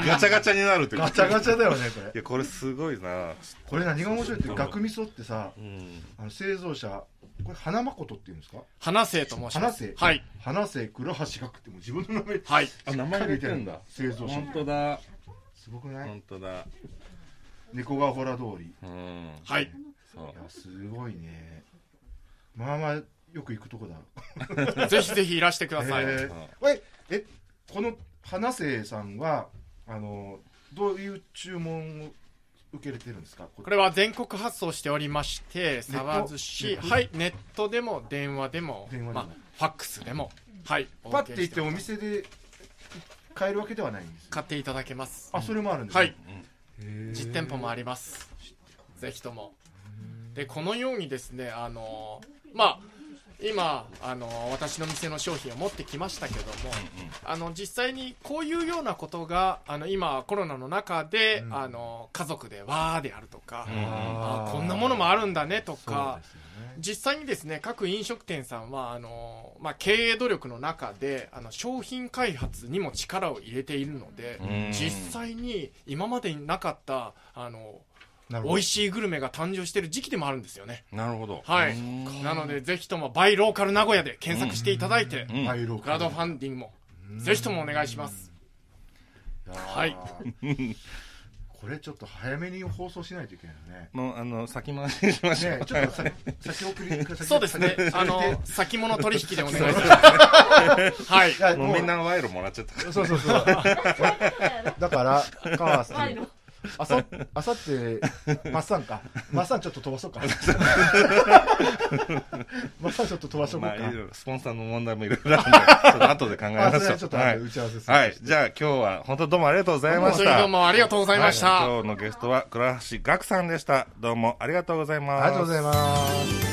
[SPEAKER 1] ガチャガチャになるって
[SPEAKER 2] ガチャガチャだよねこ
[SPEAKER 1] い
[SPEAKER 2] れ
[SPEAKER 1] やこれすごいな
[SPEAKER 2] これ何が面白いって学味噌ってさ
[SPEAKER 1] うん
[SPEAKER 2] あの製造者これ花誠っていうんですか
[SPEAKER 3] 花生と申しま
[SPEAKER 2] 花
[SPEAKER 3] す。
[SPEAKER 2] 瀬
[SPEAKER 3] はい、
[SPEAKER 2] 花瀬倉橋学ってもう自分の名前
[SPEAKER 3] はい。
[SPEAKER 1] あ名前入れてんだ
[SPEAKER 2] 製造者
[SPEAKER 1] 本当だ
[SPEAKER 2] すごくない
[SPEAKER 1] 本当だ
[SPEAKER 2] 猫がほら通り
[SPEAKER 1] うん [laughs]
[SPEAKER 3] はい。
[SPEAKER 1] そう
[SPEAKER 2] いやすごいねまあまあよく行くとこだ
[SPEAKER 3] ぜひぜひいらしてください。
[SPEAKER 2] えーええこの花瀬さんはあのどういう注文を受け入れてるんですかこ
[SPEAKER 3] これは全国発送しておりまして、
[SPEAKER 2] ネット
[SPEAKER 3] サバ寿
[SPEAKER 2] ネ
[SPEAKER 3] 司、
[SPEAKER 2] ット
[SPEAKER 3] はい、ネットでも、電話でも、
[SPEAKER 2] 電話でも
[SPEAKER 3] まあ、ファックスでも、はい、
[SPEAKER 2] パッて行って
[SPEAKER 3] お
[SPEAKER 2] お
[SPEAKER 3] 受けして
[SPEAKER 2] 店で買えるわけではないんです
[SPEAKER 3] 買っていただけます。
[SPEAKER 2] あそれもあるんです
[SPEAKER 3] は
[SPEAKER 2] ね
[SPEAKER 3] い、実店舗もあります。ぜひとも。で、このようにですね、あのーまあ、今、あのー私の店の商品を持ってきましたけども、あの、実際にこういうようなことが、あの、今、コロナの中で、
[SPEAKER 2] うん
[SPEAKER 3] あのー家族でわーであるとか、
[SPEAKER 1] うん
[SPEAKER 3] あ
[SPEAKER 2] あー
[SPEAKER 3] こんなものもあるんだねとか、
[SPEAKER 2] そうですよね
[SPEAKER 3] 実際にですね各飲食店さんはあの、まあ、経営努力の中であの商品開発にも力を入れているので
[SPEAKER 1] うん
[SPEAKER 3] 実際に今までになかったあの
[SPEAKER 2] なるほ
[SPEAKER 3] 美
[SPEAKER 2] ど
[SPEAKER 3] 味しいグルメが誕生している時期でもあるんですよね
[SPEAKER 1] なるほど
[SPEAKER 3] はい
[SPEAKER 1] うん
[SPEAKER 3] なのでぜひともバイローカル名古屋で検索していただいて
[SPEAKER 1] うん
[SPEAKER 2] はいロー
[SPEAKER 3] ク
[SPEAKER 2] カ
[SPEAKER 3] ラウ
[SPEAKER 2] ル
[SPEAKER 3] ドファンディングもぜひともお願いします
[SPEAKER 2] やー
[SPEAKER 3] はい
[SPEAKER 2] こ [laughs] これちょっと早めに放送しないといけないよね。
[SPEAKER 1] もうあの先回しにしましょう、
[SPEAKER 2] ねえちょっと先先送り先
[SPEAKER 3] そうですね
[SPEAKER 2] 先送り
[SPEAKER 3] あの
[SPEAKER 1] [laughs]
[SPEAKER 3] 先物取引でお願いしますはい
[SPEAKER 2] いや
[SPEAKER 1] もうみんな賄賂もらっちゃったから
[SPEAKER 2] [laughs] そうそうそう。だから、川瀬さ
[SPEAKER 4] は
[SPEAKER 2] ん
[SPEAKER 4] い。の。
[SPEAKER 2] あさ、あさって、マッサンか。マッサンちょっと飛ばそ
[SPEAKER 1] [laughs]
[SPEAKER 2] うか。マッサンちょっと飛ばそう
[SPEAKER 1] ま
[SPEAKER 2] か
[SPEAKER 1] あ、い。ろいろスポンサーの問題もいろいろあるんで、ちょっと後で考え
[SPEAKER 2] あ、
[SPEAKER 1] ま
[SPEAKER 2] そ
[SPEAKER 1] し
[SPEAKER 2] れ
[SPEAKER 1] ょ
[SPEAKER 2] は
[SPEAKER 1] う。
[SPEAKER 2] ちょっと
[SPEAKER 1] は
[SPEAKER 2] 後
[SPEAKER 1] い
[SPEAKER 2] で打。ち合わせする。
[SPEAKER 1] はい。じゃあ今日は本当どうもありがとうございま
[SPEAKER 3] 本
[SPEAKER 1] し
[SPEAKER 3] 当に
[SPEAKER 1] た。
[SPEAKER 3] どうもありがとうございました、
[SPEAKER 1] はい今日のゲストは倉橋岳さんでした。どうもありがとうございます。
[SPEAKER 2] ありがとうございます。